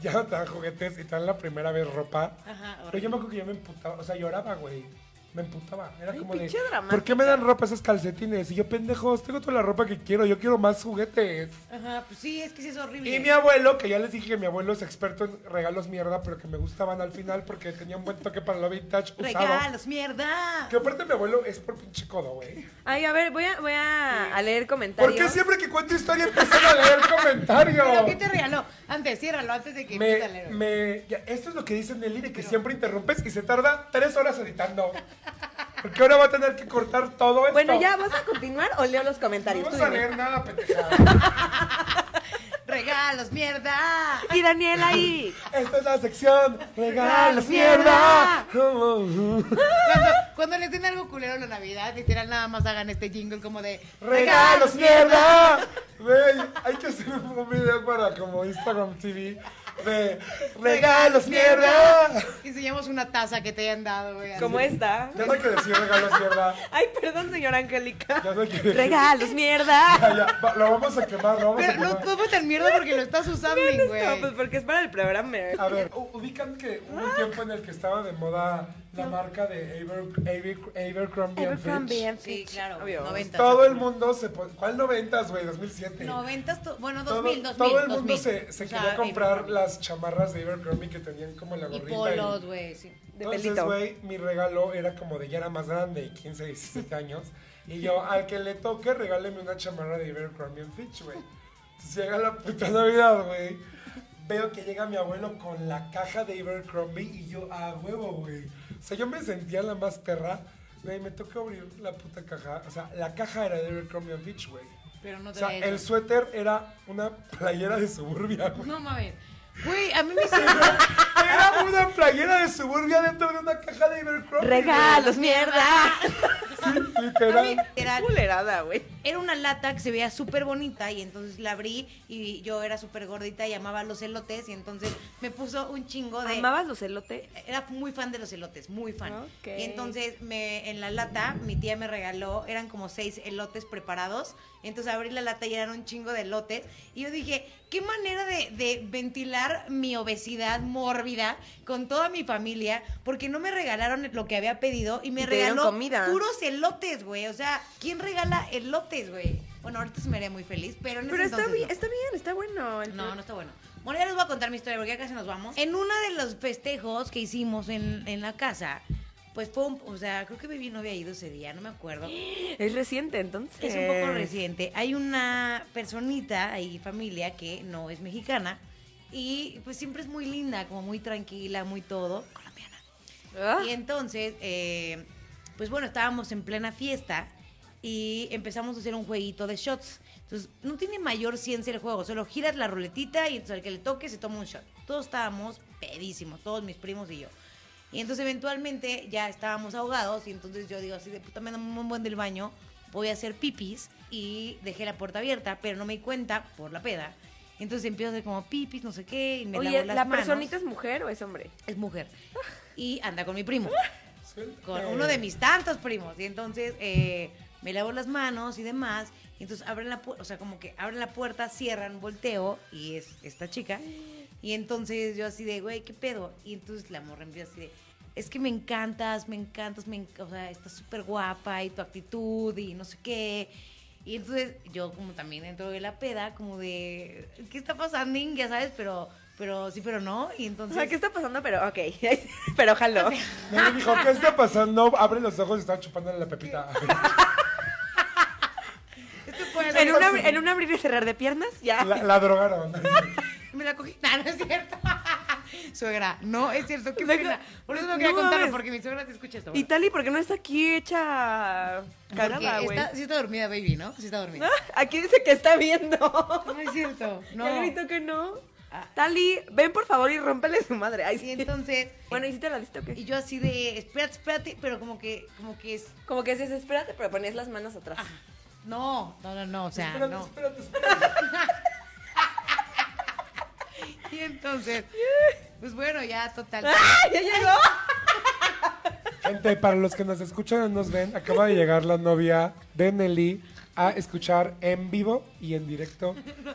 S4: ya no te dan juguetes y te dan la primera vez ropa.
S1: Ajá,
S4: Pero yo me acuerdo que yo me emputaba, o sea, lloraba, güey. Me emputaba. Era
S2: Ay,
S4: como de.
S2: pinche
S4: ¿Por qué me
S2: dramática.
S4: dan ropa esos calcetines? Y yo, pendejos, tengo toda la ropa que quiero. Yo quiero más juguetes.
S1: Ajá, pues sí, es que sí es horrible.
S4: Y mi abuelo, que ya les dije que mi abuelo es experto en regalos mierda, pero que me gustaban al final porque tenía un buen toque para la vintage usado.
S1: Regalos, mierda.
S4: Que aparte mi abuelo es por pinche codo, güey.
S2: Ay, a ver, voy a, voy a, a leer comentarios.
S4: ¿Por qué siempre que cuento historia empiezan a leer comentarios?
S1: ¿Pero qué te regaló? Antes, ciérralo, antes de que empiece a
S4: Me,
S1: leer.
S4: me, ya, esto es lo que dice Nelly, de que siempre interrumpes y se tarda tres horas editando. Porque ahora va a tener que cortar todo esto.
S2: Bueno, ya, ¿vas a continuar o leo los
S4: No
S2: comentarios?
S4: vamos
S2: Tú
S4: a
S2: dime.
S4: leer nada, pendejada.
S1: Regalos, mierda.
S2: Y Daniel ahí.
S4: Esta es la sección regalos
S1: Regalos, mierda.
S4: mierda. Oh, oh.
S1: Cuando, cuando les den algo culero en la Navidad, literal, nada más hagan este jingle como de
S4: ¡Regalos, mierda! Güey, hay que hacer un video para como Instagram TV de ¡Regalos, mierda!
S1: Y enseñamos una taza que te hayan dado, güey. así.
S2: Como esta.
S4: Ya no hay que decir regalos, mierda.
S2: Ay, perdón, señora Angélica.
S4: Ya no hay que decir.
S2: Regalos, mierda.
S4: Ya, ya, va- lo vamos a quemar, lo vamos a
S1: Pero no
S4: quemar.
S1: no fue tan mierda porque lo estás usando,
S2: Vean esto, pues
S1: güey.
S2: porque es para el programa.
S4: A ver, u- ubican que hubo un tiempo en el que estaba de moda la marca de Abercr- Abercr- Abercrombie and Fitch.
S1: Sí, claro.
S2: Obvio.
S1: 90.
S4: Todo el mundo se pone... ¿Cuál noventas, güey? 2007.
S1: 90, to- bueno,
S4: Todo,
S1: 2000, 2000.
S4: todo el mundo
S1: 2000.
S4: se, se
S1: O sea,
S4: quería comprar
S1: Abercrombie.
S4: las chamarras de Abercrombie que tenían como la
S1: Y
S4: gorrita.
S1: polos, güey, sí.
S2: De
S4: Entonces,
S2: pelito.
S4: güey, mi regalo era como de ya era más grande, 15, 17 años. Y yo, al que le toque, regáleme una chamarra de Abercrombie and Fitch, güey. Entonces llega la puta Navidad, güey. Veo que llega mi abuelo con la caja de Abercrombie y yo, a huevo, güey. O sea, yo me sentía la más perra. Güey, me tocó abrir la puta caja. O sea, la caja era de Abercrombie and Fitch, güey.
S1: Pero no
S4: O
S1: te
S4: sea, el suéter era una playera de suburbia, güey.
S1: No mames. Güey, a mí me hicieron.
S4: Era una playera de suburbia dentro de una caja de Ibercrombie.
S2: Regalos, mierda.
S4: Sí,
S1: a mí,
S4: literal.
S1: literal,
S2: Culerada, güey.
S1: Era una lata que se veía súper bonita y entonces la abrí y yo era súper gordita y amaba los elotes y entonces me puso un chingo de...
S2: ¿Amabas los elotes?
S1: Era muy fan de los elotes, muy fan.
S2: Ok.
S1: Y entonces me, en la lata mi tía me regaló, eran como seis elotes preparados. Entonces abrí la lata y eran un chingo de elotes. Y yo dije, qué manera de, de ventilar mi obesidad mórbida con toda mi familia, porque no me regalaron lo que había pedido y me
S2: Y te dieron
S1: regaló
S2: comida.
S1: puros elotes, güey. O sea, ¿quién regala elotes, güey? Bueno, ahorita se me haría muy feliz, pero en
S2: Pero
S1: ese
S2: está
S1: entonces
S2: bien,
S1: no.
S2: está bien, está bueno. el
S1: No,
S2: plan.
S1: no está bueno. Bueno, ya les voy a contar mi historia porque ya casi nos vamos. En uno de los festejos que hicimos en, en la casa, pues fue un, o sea, creo que Baby no había ido ese día, no me acuerdo.
S2: Es reciente, entonces.
S1: Es un poco reciente. Hay una personita ahí, familia, que no es mexicana y pues siempre es muy linda, como muy tranquila, muy todo, colombiana.
S2: Ah,
S1: Y entonces, eh, pues bueno, estábamos en plena fiesta y empezamos a hacer un jueguito de shots. Entonces, no tiene mayor ciencia el juego, solo giras la ruletita y entonces al que le toque se toma un shot. Todos estábamos pedísimos, todos mis primos y yo. Y entonces eventualmente ya estábamos ahogados y entonces yo digo así de puta, me da un buen del baño, voy a hacer pipis y dejé la puerta abierta, pero no me di cuenta por la peda. Entonces empiezo a hacer como pipis, no sé qué, y me
S2: Oye,
S1: lavo
S2: ¿la
S1: las manos.
S2: personita es Ah. mujer o es hombre?
S1: es mujer y anda con mi primo
S2: Ah.
S4: Suelta.
S1: con uno de mis tantos primos. Y entonces eh, me lavo las manos y demás. Y entonces abren la puerta, o sea, como que abren la puerta, cierran, volteo y es esta chica. Y entonces yo así de, güey, ¿qué pedo? Y entonces la morra empieza así de, es que me encantas, me encantas, me enc- o sea, estás súper guapa y tu actitud y no sé qué. Y entonces yo como también dentro de la peda, como de, ¿qué está pasando? Ya sabes, pero, pero sí, pero no. Y
S2: O
S1: entonces...
S2: sea, ¿qué está pasando? Pero, ok. Pero ojalá.
S4: Me dijo, ¿qué está pasando? Abre los ojos y está chupándole la pepita.
S1: Esto puede ser-
S2: En un, abri- en un abrir y cerrar de piernas, ya.
S4: La, la drogaron.
S1: Ah, Me la cogí. No, no es cierto. suegra, no es cierto. Qué
S2: No,
S1: pena. Por eso no
S2: no
S1: quería contarlo,
S2: mames.
S1: porque mi suegra te escucha esto.
S2: Y Tali, ¿por qué no está aquí hecha
S1: Porque
S2: cagada, güey?
S1: está, sí está dormida, baby, ¿no? Sí está dormida.
S2: Ah, Aquí dice que está viendo.
S1: No, es cierto. No.
S2: Ya grito que no.
S1: Ah.
S2: Tali, ven por favor y rómpele su madre. Ay,
S1: Y
S2: sí.
S1: entonces.
S2: Bueno, ¿y si te la diste o qué?
S1: y yo así de, espérate, espérate, pero como que, como que es.
S2: Como que dices, espérate, pero ponías las manos atrás.
S1: No, no, no, no, o sea,
S4: espérate,
S1: no.
S4: espérate, espérate.
S1: Y entonces, pues bueno, ya, total.
S2: ¡Ah, ya llegó!
S4: Gente, para los que nos escuchan o nos ven, acaba de llegar la novia de Nelly a escuchar en vivo y en directo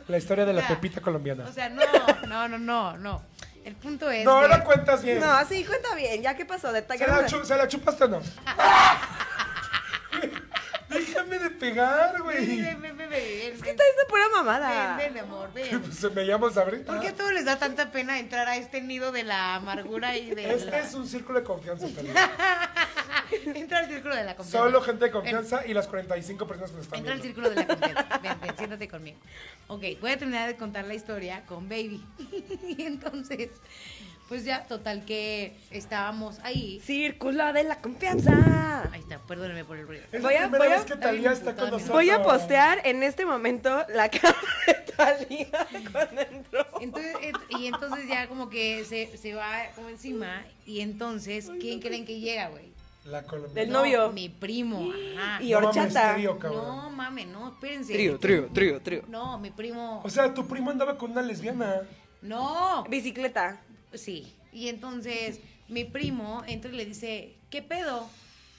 S4: la historia de la
S1: O sea,
S4: pepita colombiana.
S1: O sea, este- no, no, no, no, no. El punto es.
S4: No,
S1: que-
S4: ahora cuentas bien.
S2: No, sí, cuenta bien. ¿Ya qué pasó?
S4: ¿Se la,
S2: Detallamos.
S4: chu- se la chupaste o no? Déjame de pegar,
S1: Ven,
S4: güey.
S1: ven, ven, ven, ven,
S2: Es que esta es de pura mamada.
S1: ven, ven, amor, ven.
S4: Se me llama Sabrina.
S1: ¿Por qué a todos les da tanta pena entrar a este nido de la amargura y de
S4: Este
S1: la-
S4: es un círculo de confianza, Tali.
S1: Entra al círculo de la confianza.
S4: Solo gente de confianza y las 45 personas que nos están
S1: Entra al
S4: viendo.
S1: círculo de la confianza. Ven, ven, siéntate conmigo. Ok, voy a terminar de contar la historia con Baby. y entonces, pues ya, total que estábamos ahí.
S2: Círculo de la confianza.
S1: Ahí está, perdónenme por el ruido.
S4: Es
S2: Voy a-
S4: la primera
S2: voy a-
S4: vez que Talía está con
S1: Voy a
S4: nosotros.
S2: Voy a postear en este momento la cara de Talía cuando entró.
S1: Entonces, et- y entonces ya como que se, se va como encima. Y entonces, ¿quién creen que llega, güey?
S4: La colombiana.
S2: Del novio.
S1: Mi primo. Ajá.
S2: Y horchata.
S4: mames, trío, cabrón.
S1: No, mames, no, espérense.
S2: trío, trío.
S1: No, mi primo.
S4: O sea, tu primo andaba con una lesbiana.
S1: No,
S2: Bicicleta.
S1: sí. Y entonces mi primo entra y le dice, ¿qué pedo?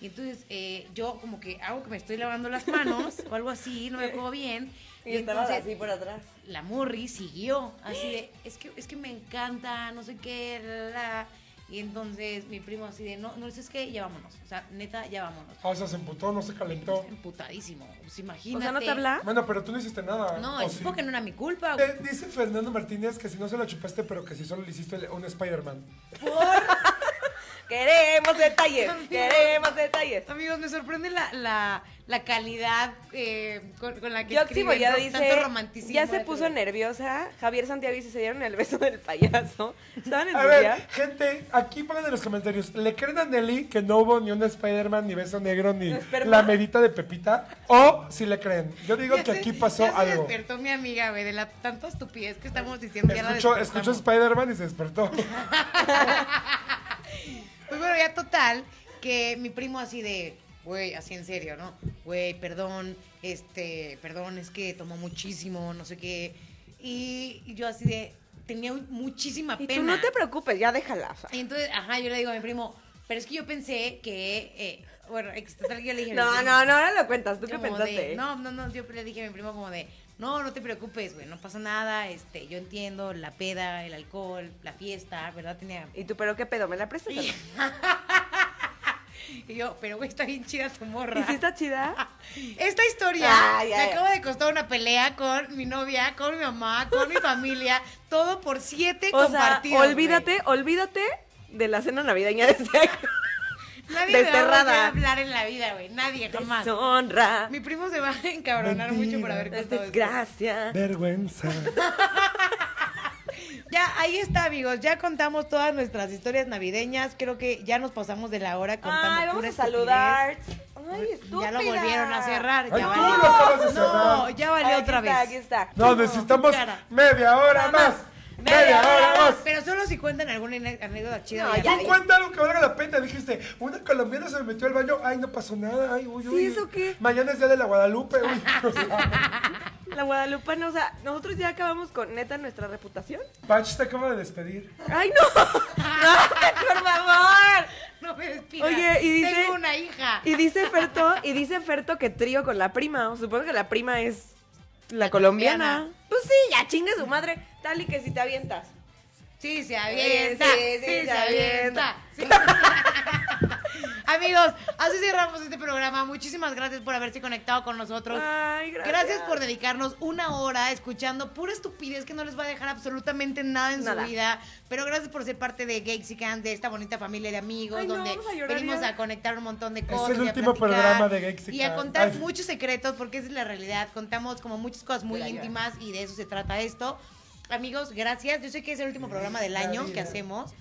S1: Y entonces eh, yo como que hago que me estoy lavando las manos o algo así, no me acuerdo bien. Y, entonces
S2: por atrás.
S1: la Murri siguió, así de, es que, es que me encanta, no sé qué, la, la, la". Y entonces mi primo así de, no, no, es que ya vámonos. O sea, neta, ya vámonos.
S4: Ah, o sea, se emputó, no se calentó.
S1: Emputadísimo, pues imagínate.
S2: O sea, ¿no te habla?
S4: Bueno, pero tú no hiciste nada.
S1: No,
S4: ¿o
S1: el tipo
S4: sí?
S1: que no era mi culpa. güey.
S4: Eh, Dice Fernando Martínez que si no se la chupaste, pero que si solo le hiciste un Spider-Man.
S2: Queremos detalles, queremos detalles.
S1: Amigos, me sorprende la, la, la calidad eh, con, con la que
S2: Yoxi
S1: escriben,
S2: pues, ya
S1: ¿no?
S2: dice,
S1: tanto romanticismo.
S2: ya se
S1: de
S2: puso
S1: todo.
S2: nerviosa. Javier Santiago dice, se dieron el beso del payaso. ¿Estaban en
S4: A
S2: su
S4: ver,
S2: día?
S4: gente, aquí pongan en los comentarios, ¿le creen a Nelly que no hubo ni un Spider-Man, ni beso negro, ni
S2: Esperma.
S4: la medita de Pepita? ¿O si le creen? Yo digo
S1: Ya
S4: que
S1: se-
S4: aquí pasó
S1: ya se
S4: algo.
S1: despertó mi amiga, güey, de la tanta estupidez que estamos diciendo. ya la
S4: Escuchó,
S1: despertamos.
S4: escuchó Spider-Man y se despertó.
S1: Pues bueno, ya total, que mi primo así de, güey, así en serio, ¿no? Güey, perdón, este, perdón, es que tomó muchísimo, no sé qué. Y yo así de, tenía un- muchísima
S2: Y
S1: pena.
S2: tú no te preocupes, ya déjala. o sea.
S1: Y entonces, ajá, yo le digo a mi primo, pero es que yo pensé que, eh, bueno, ex- total que yo le dije. a mi
S2: No,
S1: primo,
S2: no, no, ahora lo cuentas. ¿Tú qué
S1: como
S2: pensaste?
S1: de- no, no, no, yo le dije a mi primo como de, no, no te preocupes, güey, no pasa nada, este, yo entiendo la peda, el alcohol, la fiesta, ¿verdad? Tenía...
S2: ¿Y tú, pero qué pedo? ¿Me la prestas? o no?
S1: Y yo, pero güey, está bien chida tu morra.
S2: ¿Y si está chida?
S1: Esta historia
S2: Ah, ya,
S1: me
S2: ya.
S1: acaba de costar una pelea con mi novia, con mi mamá, con mi familia, todo por siete
S2: O sea,
S1: compartidos. güey.
S2: olvídate, olvídate de la cena navideña de este año.
S1: Nadie me va a volver a
S2: desterrada.
S1: hablar en la vida, güey. Nadie, jamás.
S2: Deshonra,
S1: Mi primo se va a encabronar mucho por haber
S2: Este es
S1: contado esto.
S2: desgracia.
S4: Vergüenza.
S1: Ya, ahí está, amigos. Ya contamos todas nuestras historias navideñas. Creo que ya nos pasamos de la hora contando
S2: Ay, vamos
S1: pura
S2: a
S1: estupidez.
S2: saludar. Ay, estúpida.
S1: Ya lo volvieron a cerrar.
S4: Ay,
S1: ya
S4: tú
S1: valió.
S4: lo acabas de
S1: no,
S4: cerrar.
S1: ya valió
S2: Ay, aquí
S1: otra vez.
S2: está, Aquí está.
S4: No, necesitamos
S1: cara.
S4: media hora más. Media hora más.
S1: Pero solo si cuentan alguna ine- anécdota chida.
S2: No,
S1: de la
S2: ya,
S1: vida.
S4: Tú cuenta algo que valga la pena. Dijiste, una colombiana se metió al baño. Ay, no pasó nada. Ay, uy, uy.
S2: ¿eso qué?
S4: Mañana es día de la Guadalupe. Uy. O sea,
S2: La guadalupana, o sea, nosotros ya acabamos con neta nuestra reputación.
S4: Pach te acaba de despedir.
S2: ¡Ay, no! ¡No, por favor!
S1: No me despidas.
S2: Oye, y dice-
S1: Tengo una hija.
S2: Y dice Ferto, y dice Ferto que trío con la prima. Supongo que la prima es la colombiana.
S1: colombiana.
S2: Pues sí, ya chingue su madre. Tal y que si te avientas.
S1: Sí, se avienta.
S2: Eh,
S1: Sí,
S2: Sí, sí, se
S1: se avienta. sí. Amigos, así cerramos este programa. Muchísimas gracias por haberse conectado con nosotros.
S2: Ay, gracias.
S1: Gracias por dedicarnos una hora escuchando pura estupidez que no les va a dejar absolutamente nada en
S2: Nada.
S1: su vida. Pero gracias por ser parte de Gexicans, de esta bonita familia de amigos,
S2: Ay, no,
S1: donde
S2: vamos a llorar
S1: venimos
S2: ya.
S1: a conectar un montón de
S4: el
S1: cosas. y a
S4: último
S1: platicar
S4: programa de Gexicans.
S1: Y a contar
S4: Ay.
S1: muchos secretos, porque esa es la realidad. Contamos como muchas cosas muy
S2: Mira, llora.
S1: íntimas y de eso se trata esto. Amigos, gracias. Yo sé que es el último programa del año que
S4: Navidad.
S1: hacemos.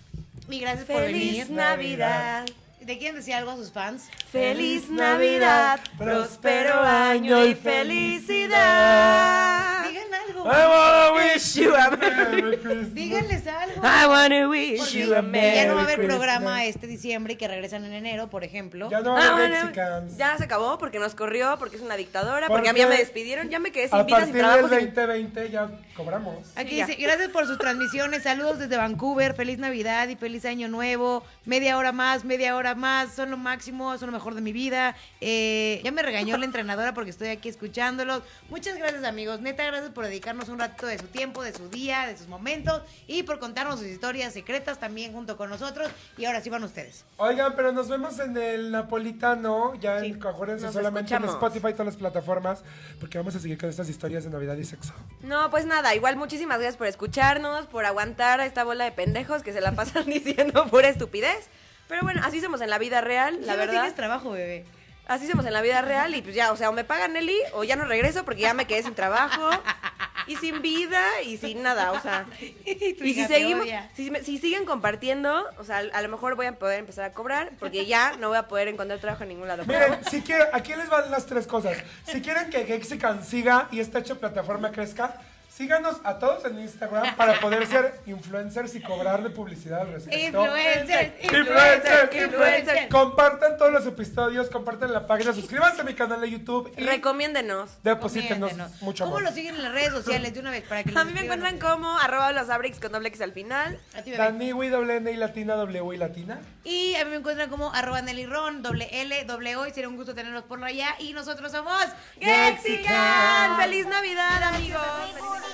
S1: Y gracias por
S2: Feliz
S1: venir.
S2: Navidad.
S1: ¿Te quieren decir algo a sus fans?
S2: Feliz Navidad, próspero año y felicidad.
S1: Digan algo.
S4: wanna wish
S2: you a
S4: Merry Christmas.
S1: Díganles algo.
S2: I wanna wish
S1: Porque
S2: you a
S1: ya
S2: merry.
S1: no va a haber
S4: Christmas.
S1: programa este diciembre y que regresan en enero, por ejemplo.
S4: Ya no
S2: Ah,
S4: van
S2: bueno,
S4: Mexicans.
S2: ya se acabó porque nos corrió, porque es una dictadora, porque, a mí
S4: Porque
S2: ya me despidieron, ya me quedé sin
S4: A
S2: vida, sin
S4: partir del
S2: trabajo. sin-
S4: 2020 ya cobramos.
S1: Aquí
S2: Sí, ya.
S1: dice, gracias por sus transmisiones, saludos desde Vancouver, feliz Navidad y feliz Año Nuevo, media hora más, media hora más, son lo máximo, son lo mejor de mi vida. Eh, ya me regañó la entrenadora porque estoy aquí escuchándolos. Muchas gracias amigos, neta, gracias por dedicarnos un ratito de su tiempo, de su día, de sus momentos y por contarnos sus historias secretas también junto con nosotros. Y ahora sí van ustedes.
S4: Oigan, pero nos vemos en el napolitano, ya en, acuérdense
S2: nos
S4: solamente en
S2: escuchamos.
S4: Spotify y todas las plataformas, porque vamos a seguir con estas historias de Navidad y sexo.
S2: No, pues nada, igual muchísimas gracias por escucharnos, por aguantar a esta bola de pendejos que se la pasan diciendo pura estupidez. Pero bueno, así somos en la vida real, la
S1: Sí, no
S2: verdad.
S1: tienes trabajo, bebé.
S2: Así somos en la vida real y pues ya, o sea, o me pagan Nelly o ya no regreso porque ya me quedé sin trabajo y sin vida y sin nada, o sea.
S1: y tu
S2: Y si
S1: hija te
S2: seguimos,
S1: odia.
S2: si, me- si siguen compartiendo, o sea, a lo mejor voy a poder empezar a cobrar porque ya no voy a poder encontrar trabajo en ningún lado.
S4: Miren, si quieren, aquí les van las tres cosas. Si quieren que Gexican siga y esta hecha plataforma crezca, síganos a todos en Instagram para poder ser influencers y cobrar de publicidad al respecto.
S1: Influencers,
S4: Influencers,
S1: influencers, influencers.
S4: Compartan todos los episodios, compartan la página, suscríbanse a mi canal de YouTube y
S2: Recomiéndenos.
S4: deposítenos
S1: Comiéntenos.
S4: mucho
S1: ¿Cómo
S4: amor.
S1: lo siguen en las redes sociales de una vez? Para que
S2: A
S1: los
S2: mí me
S1: escriban
S2: encuentran
S1: ustedes?
S2: como arroba los abrix con doble X al final.
S1: A ti, bebé.
S4: Dani, Wi, doble N y latina, W y latina.
S1: Y a mí me encuentran como arroba Nelly Ron, doble L, doble O. Y sería un gusto tenerlos por allá. Y nosotros somos
S2: ¡Gexican! ¡Feliz Navidad, amigos! ¡Feliz Navidad!